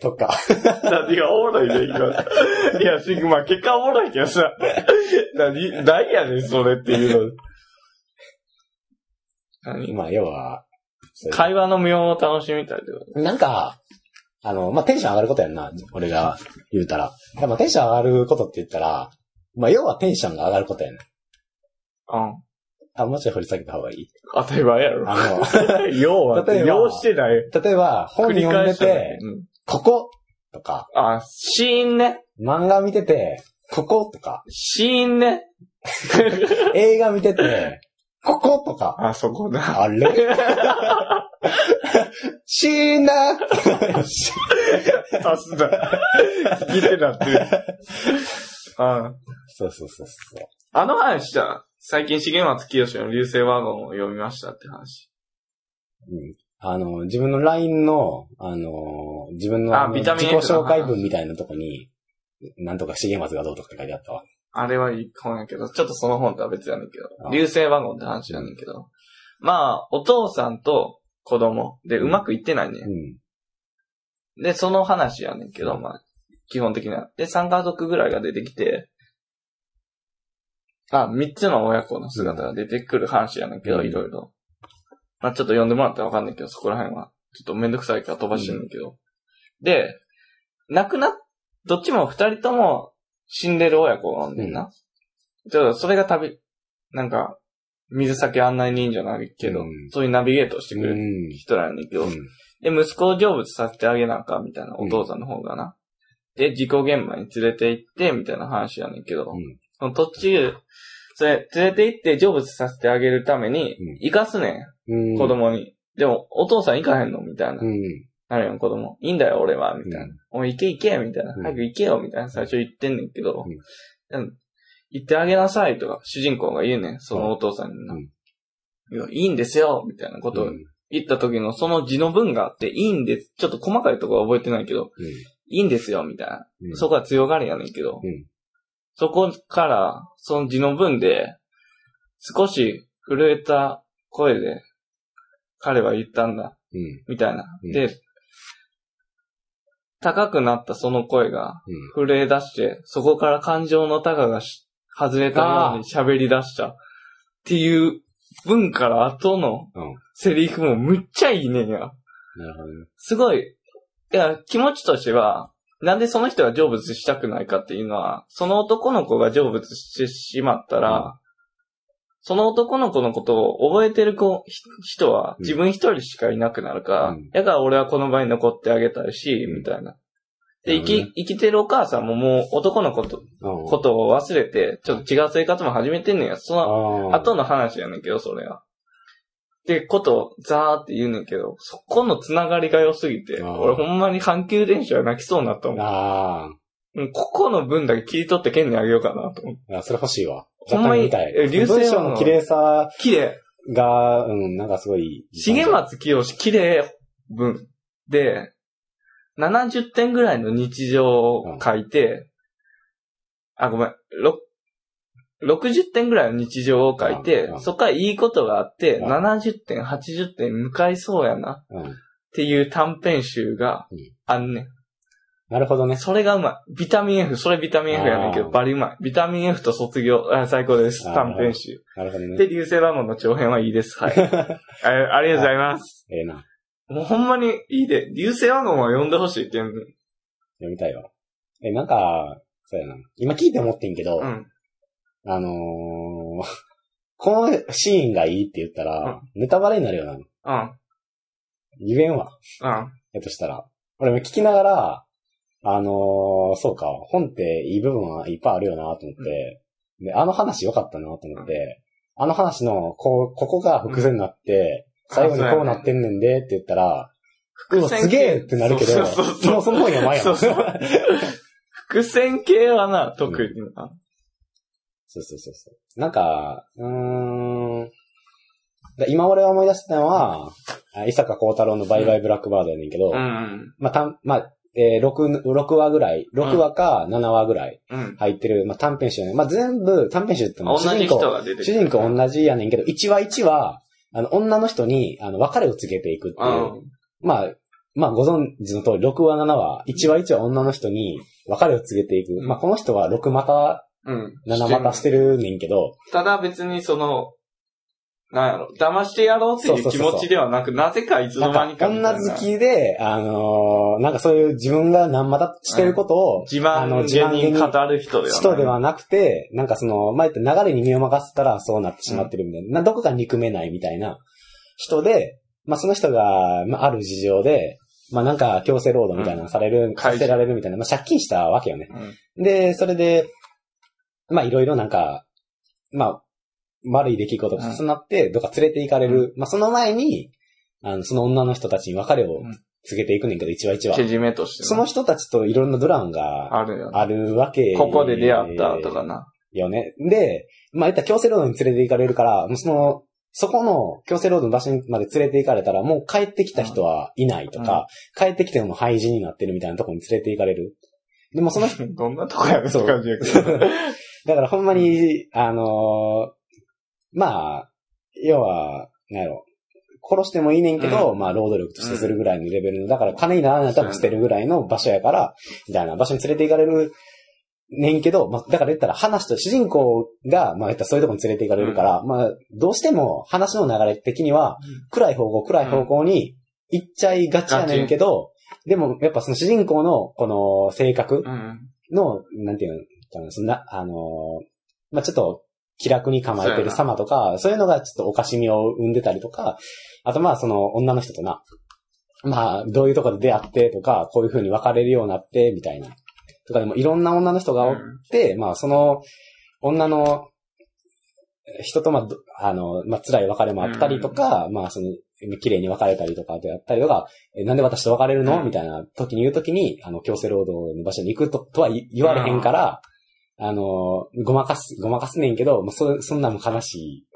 とか。
だ。何がおもろいね、今。いや、シグマ、結果おもろいけどさ。何、何やねん、それっていうの。何
まあ、要は、そういう
会話の妙を楽しみたいってこと
なんか、あの、まあ、テンション上がることやんな、俺が言うたら。でもテンション上がることって言ったら、まあ、要はテンションが上がることやん。
うん。
あ、もうちょい掘り下げた方がいい。
当たり前や ろ。
あ
要は、
例えば
要してない。
の、例えば、本読ん
繰
で、
り返してうん。
こことか、
あ、シーンね。
漫画見てて、こことか、
シーンね。
映画見てて、こことか、
あ、そこな。
あれ 死んだ
さすが。 聞いてなってる。 うん。
そうそうそうそう。
あの話じゃん。最近、重松清の流星ワゴンを読みましたって話。
うんあの、自分の LINE の、あの、自分の
あ
あの
ビタミン
自
F
己紹介文みたいなとこに、なんとか重松がどうとかって書いてあったわ。
あれはいい本やけど、ちょっとその本とは別やねんけど。
あ
流星ワゴンって話やねんけど。まあ、お父さんと子供でうまくいってないね
う。ん。
で、その話やねんけど、まあ、基本的には。で、3家族ぐらいが出てきて、あ、3つの親子の姿が出てくる話やねんけ
う
ど、
ん
いろいろ。まあ、ちょっと読んでもらったらわかんないけど、そこら辺は。ちょっとめんどくさいから飛ばしてんねんけど。で、亡くなっ、どっちも2人とも死んでる親子なんねんな。ちょっとそれが旅、なんか、水先案内人じゃないけど、
うん
そういうナビゲートをして
う
くれる
ん。
人らやねんけど、
うん
で、息子を成仏させてあげなあかん、みたいな、お父さんの方がな。で、事故現場に連れて行って、みたいな話やねんけど、
うん
その途中、それ、連れて行って成仏させてあげるために
うん、
生かすね、
うんん。
子供に。でも、お父さん行かへんのみたいな。
うん。
なるよ、子供。いいんだよ、俺は、みたいな。
うん
おい、行け行け、みたいな。
うん
早く行けよ、みたいな、最初言ってんねんけど。
うん
うん行ってあげなさい、とか、主人公が言うねん、そのお父さんにな。
うん
いや、いいんですよ、みたいなことを
うん
行った時のその字の文があって、いいんです。ちょっと細かいところは覚えてないけど、いいんですよ、みたいな。
うん。
そこは強がりやねんけど、
うん
そこから、その字の文で、少し震えた声で、彼は言ったんだ、
うん。うん。
みたいな。
うん
で、高くなったその声が
うん
震え出して、そこから感情の高がし外れたように喋り出した。っていう文から後の
うん
セリフもむっちゃいいねんや。
なるほどね。
すごい、いや、気持ちとしては、なんでその人が成仏したくないかっていうのは、その男の子が成仏してしまったら、
うん
その男の子のことを覚えてる子、ひ人は
うん
自分一人しかいなくなるから、
うん
だから俺はこの場に残ってあげたいし、
うん
みたいな。
な
で、
る
生
ほどね
き、生きてるお母さんももう男の子と、
うん
ことを忘れて、ちょっと違う生活も始めてんねんや。その
あ
後の話やねんけど、それは。ってことをザーって言うねんけど、そこのつながりが良すぎて、
あー
俺ほんまに阪急電車は泣きそうになったもん。
あー
うんここの分だけ切り取って県にあげようかなと思って。
いや、それ欲しいわ。
ほんまに
みたい
え。流星
文章の綺麗さ
綺麗。
が、うん、なんかすごい。
重。松清綺麗文で、70点ぐらいの日常を書いて、あ、ごめん、ろ60点ぐらいの日常を書いて
うんう、ん
そっからいいことがあって、
うん
70点、80点迎えそうやな。
うん。
っていう短編集が
うん
あんねん。
なるほどね。
それがうまい。ビタミン F、それビタミン F やねんけ
あ
ど、
ー
バリうまい。ビタミン F と卒業、あ最高です。
あー
短編集。
なるほどね。
で、流星ラモンの長編はいいです。 はい。あありがとうございます。
ええな。
もうほんまにいいで、流星ラモンは読んでほしいって言うねん
読みたいわ。え、なんか、そうやな。今聞いて思ってんけど、
うん。
あのー、このシーンがいいって言ったら、ネタバレになるよな。
うん。
言えんわ。
うん。
えとしたら。俺も聞きながら、あのー、そうか、本っていい部分はいっぱいあるよなと思って、で、あの話良かったなと思って、あの話の、こう、ここが伏線になって、最後にこうなってんねんでって言ったら、うわ、すげえってなるけど、
そうそうそうそう
もうその本や前やん。
そうそう伏線系はな、特にな。
そうそうそうそう。なんか、うーん。だ今俺が思い出したのは、あ伊坂幸太郎のバイバイブラックバードやねんけ
う
ど、
ん。
まあ、たん、まあ、えー、6、6話ぐらい、6話か7話ぐらい
うん。
入ってる、まあ、短編集やねんまあ、全部短編集っても
同
主人
じ人
公、
が出て
主人公同じやねんけど、1話1話、あの、女の人に、あの、別れを告げていくっていう、
うん。
まあ、まあ、ご存知の通り、6話7話、1話1話女の人に別れを告げていく。
うん
まあ、この人は6股、
うん。
7股してるねんけど、
ただ別にその、なんやろ、騙してやろうってい
そうう
気
そうそう
持
そう
ちではなく、なぜかいつ
な
の
ん
間
か
に、かみたいな。
女好きで、あのーなんかそういう自分が何またしてることを、
自
あの
慢
自慢
げ
げ
に
に
語る人ではない。
人ではなくて、なんかその、前言った流れに身を任せたらそうなってしまってるみたいな、などこか憎めないみたいな人で、まあその人が、まあある事情で、まあなんか強制労働みたいなのされる、
会社
させられるみたいな、まあ借金したわけよね。
うん。
で、それで、まあいろいろなんか、まあ、悪い出来事が重なって、どっか連れて行かれる。まあその前に、あの、その女の人たちに別れを告げていくねんけど、一話一話
け。じめとしてな。
その人たちといろんなドラマが
あるよね。
あるわけ。
ここで出会ったとかな。
よね。で、まあ、言ったら強制労働に連れて行かれるから、もうその、そこの強制労働の場所まで連れて行かれたら、もう帰ってきた人はいないとか、帰ってきても廃人になってるみたいなところに連れて行かれる。でもその人、
どんなとこやるって
そう
感じやけど。
だからほんまに、あのーまあ、要は、なんやろ、殺してもいいねんけど、まあ、労働力としてするぐらいのレベルの、だから金にならないと多分捨てるぐらいの場所やから、みたいな場所に連れて行かれるねんけど、まあ、だから言ったら話と、主人公が、まあ、言ったらそういうとこに連れて行かれるから、まあ、どうしても話の流れ的には、暗い方向、暗い方向に行っちゃいがちやねんけど、でも、やっぱその主人公の、この、性格、
うん。
の、なんていうのかな、そんな、あのーまあ、ちょっと、気楽に構えてる様とか、そういうのがちょっとおかしみを生んでたりとか、あとまあその女の人とな、まあどういうとこで出会ってとか、こういう風に別れるようになって、みたいな。とかでもいろんな女の人がおって、まあその女の人とまあど、あの、まあ辛い別れもあったりとか、まあその、綺麗に別れたりとかであったりとか、えなんで私と別れるの、
うん
みたいな時に言う時に、あの、強制労働の場所に行くととは言言われへんから、あの、ごまかす、ごまかすねんけど、まあ、そ、そんなんも悲しい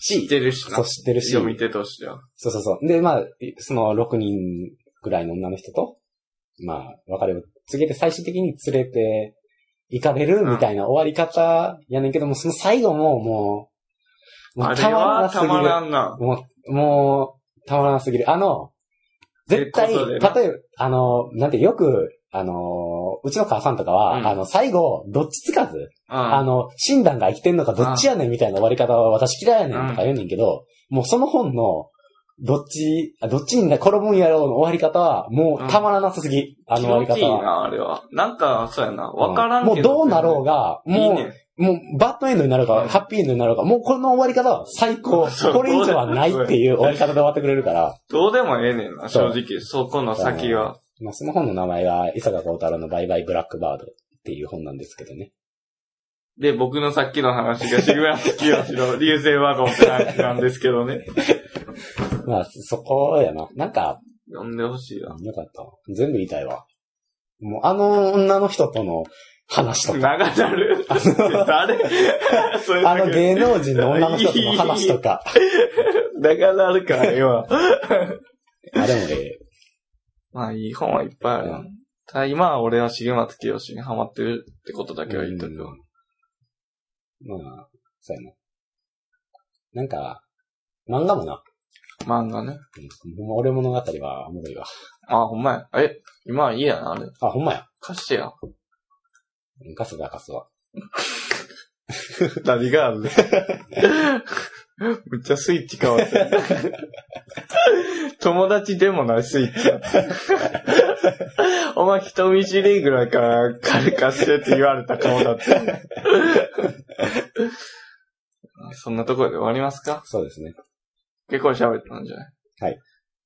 知っ
し、
てるしな
そう。知ってるし、
読み手としては。
そうそうそう。で、まあ、その6人ぐらいの女の人と、まあ、別れを告げて最終的に連れて行かれるみたいな終わり方やねんけども、その最後ももう、も
あ
う
れはたまら
る。
んな。
もう、もう、たまらなすぎる。あの、絶対、
えこと
例え
で
ば
な、
あの、なんてよく、あの、うちの母さんとかは、
うん
あの、最後、どっちつかず、あ
あ
の、診断が生きてんのかどっちやねんみたいな終わり方は私嫌いやねんとか言うねんけど、もうその本の、どっち、あどっちに転ぶんやろうの終わり方は、もうたまらなさすぎ、あの
気
終わり
持
方
ちいい
は。
な、あれは。なんか、そうやな。わからん
も
け
う
ど。
どうなろうが、
いい
もう、
ね
もうバッドエンドになる
う
か、
ん
ハッピーエンドになるか、もうこの終わり方は最 高。
そう
これ以上はないっていう終わり方で終わってくれるから。
どうでもええねんな、
そ
正
う
直。そこの先は。
まあ、その本の名前が、伊坂幸太郎のバイバイブラックバードっていう本なんですけどね。
で、僕のさっきの話が、シグマスキヨシ の流星ワゴンって話なんですけどね。
まあ、そこやな。なんか、
読んでほしいわ。
よかった。全部言いたいわ。もう、あの女の人との話とか、
長なる。誰 それ
あ
だけ
の芸能人の女の人との話とか、
長なるから、今。
あれもえ
まあ、いい本はいっぱいある
う
な。ただ今は俺は重松清にハマってるってことだけは言っとくわ。
えまあ、そうやな。なんか、漫画もな、
漫画ね。
うんほんま俺物語はおもろいわ。
あ、ほんまや。え、今はいいやな、あれ。
あ、ほんまや。
貸してや。
ガスだ、ガスは。
何があ るめっちゃスイッチ変わってる。友達でもないスイッチや。 お前人見知りぐらいから軽化してって言われた顔 だった。そんなところで終わりますか
そうですね。
結構喋ったんじゃない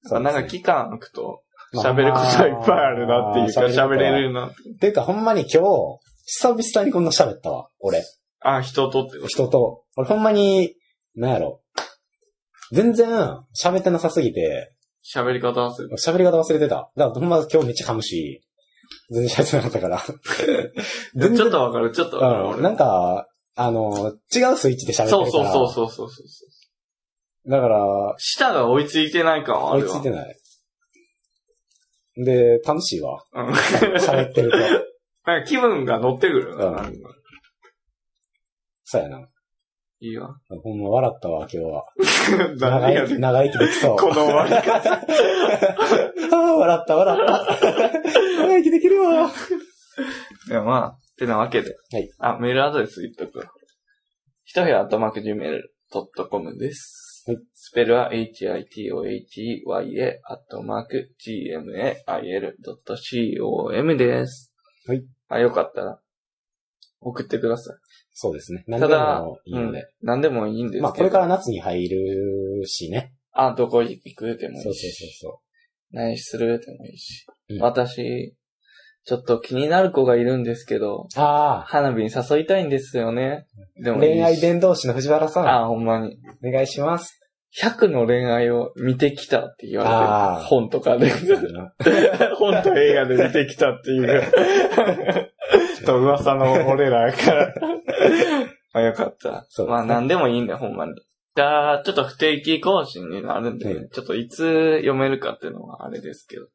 そうで
な
す
ん
ね
か期間空くと喋ることはいっぱいあるなっていうか
まあ
喋れるなって。
ていうか、ほんまに今日、久々にこんな喋ったわ、俺。
あ、人とってこと
人と。俺ほんまに、なんやろ。全然、喋ってなさすぎて、
喋り方忘れ
喋り方忘れてた。だからほんま今日めっちゃ噛むし、全然喋ってなかった から。
て
全
る。
然
ちょっとわかる、ちょっとわかる。
う
俺
ん。なんか、あの、違うスイッチで喋ってるから。
そうそうそうそうそうそう。
だから、
舌が追いついてない感はあ
追い
る
つ
わ。
いてない。で、楽しいわ。
うん
喋って ると。
なんか気分が乗ってくるな。
うん
なんか
そうやな。
いいわ。
ほんま笑ったわ、今日は。長
何やね
い、
ん
長生きできそう。
この終わり方。
ああ、 笑った、笑 った。長生きできるわ。
いや、まあ、てなわけで。
はい。
あ、メールアドレス言っとくわ。ひとへあとまくじメール .com です。
はい
スペルは hitohey.gmail.com アットマーク gmail.com です。
はい。
あ、よかったら、送ってください。
そうですね。
た
何
だ
でもいいので。
うん。何でもいいんですけど。
まあ、これから夏に入るしね。
あ、どこ行くでもいいし。
そうそうそうそ
何するでもいいし。
うん
私、ちょっと気になる子がいるんですけど、
う。あ
花火に誘いたいんですよね。で
あ、
もいいし
恋愛伝道師の藤原さん、
あ、ほんまに。
お願いし ます。
100の恋愛を見てきたって言われ
あ
て
ー
る。本とかで。 本と映画で見てきたって いう。と噂の俺らから。あ、よかった。
そうですね
まあ何でもいいんだよ、ほんまに。じゃあ、ちょっと不定期更新になるんで、
うん
ちょっといつ読めるかっていうのはあれですけど。
はい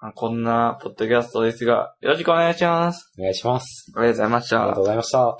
まあこんなポッドキャストですが、よろしくお願いします。
お願いします。
ありがとうございまし
あり
た
がとう。ございました。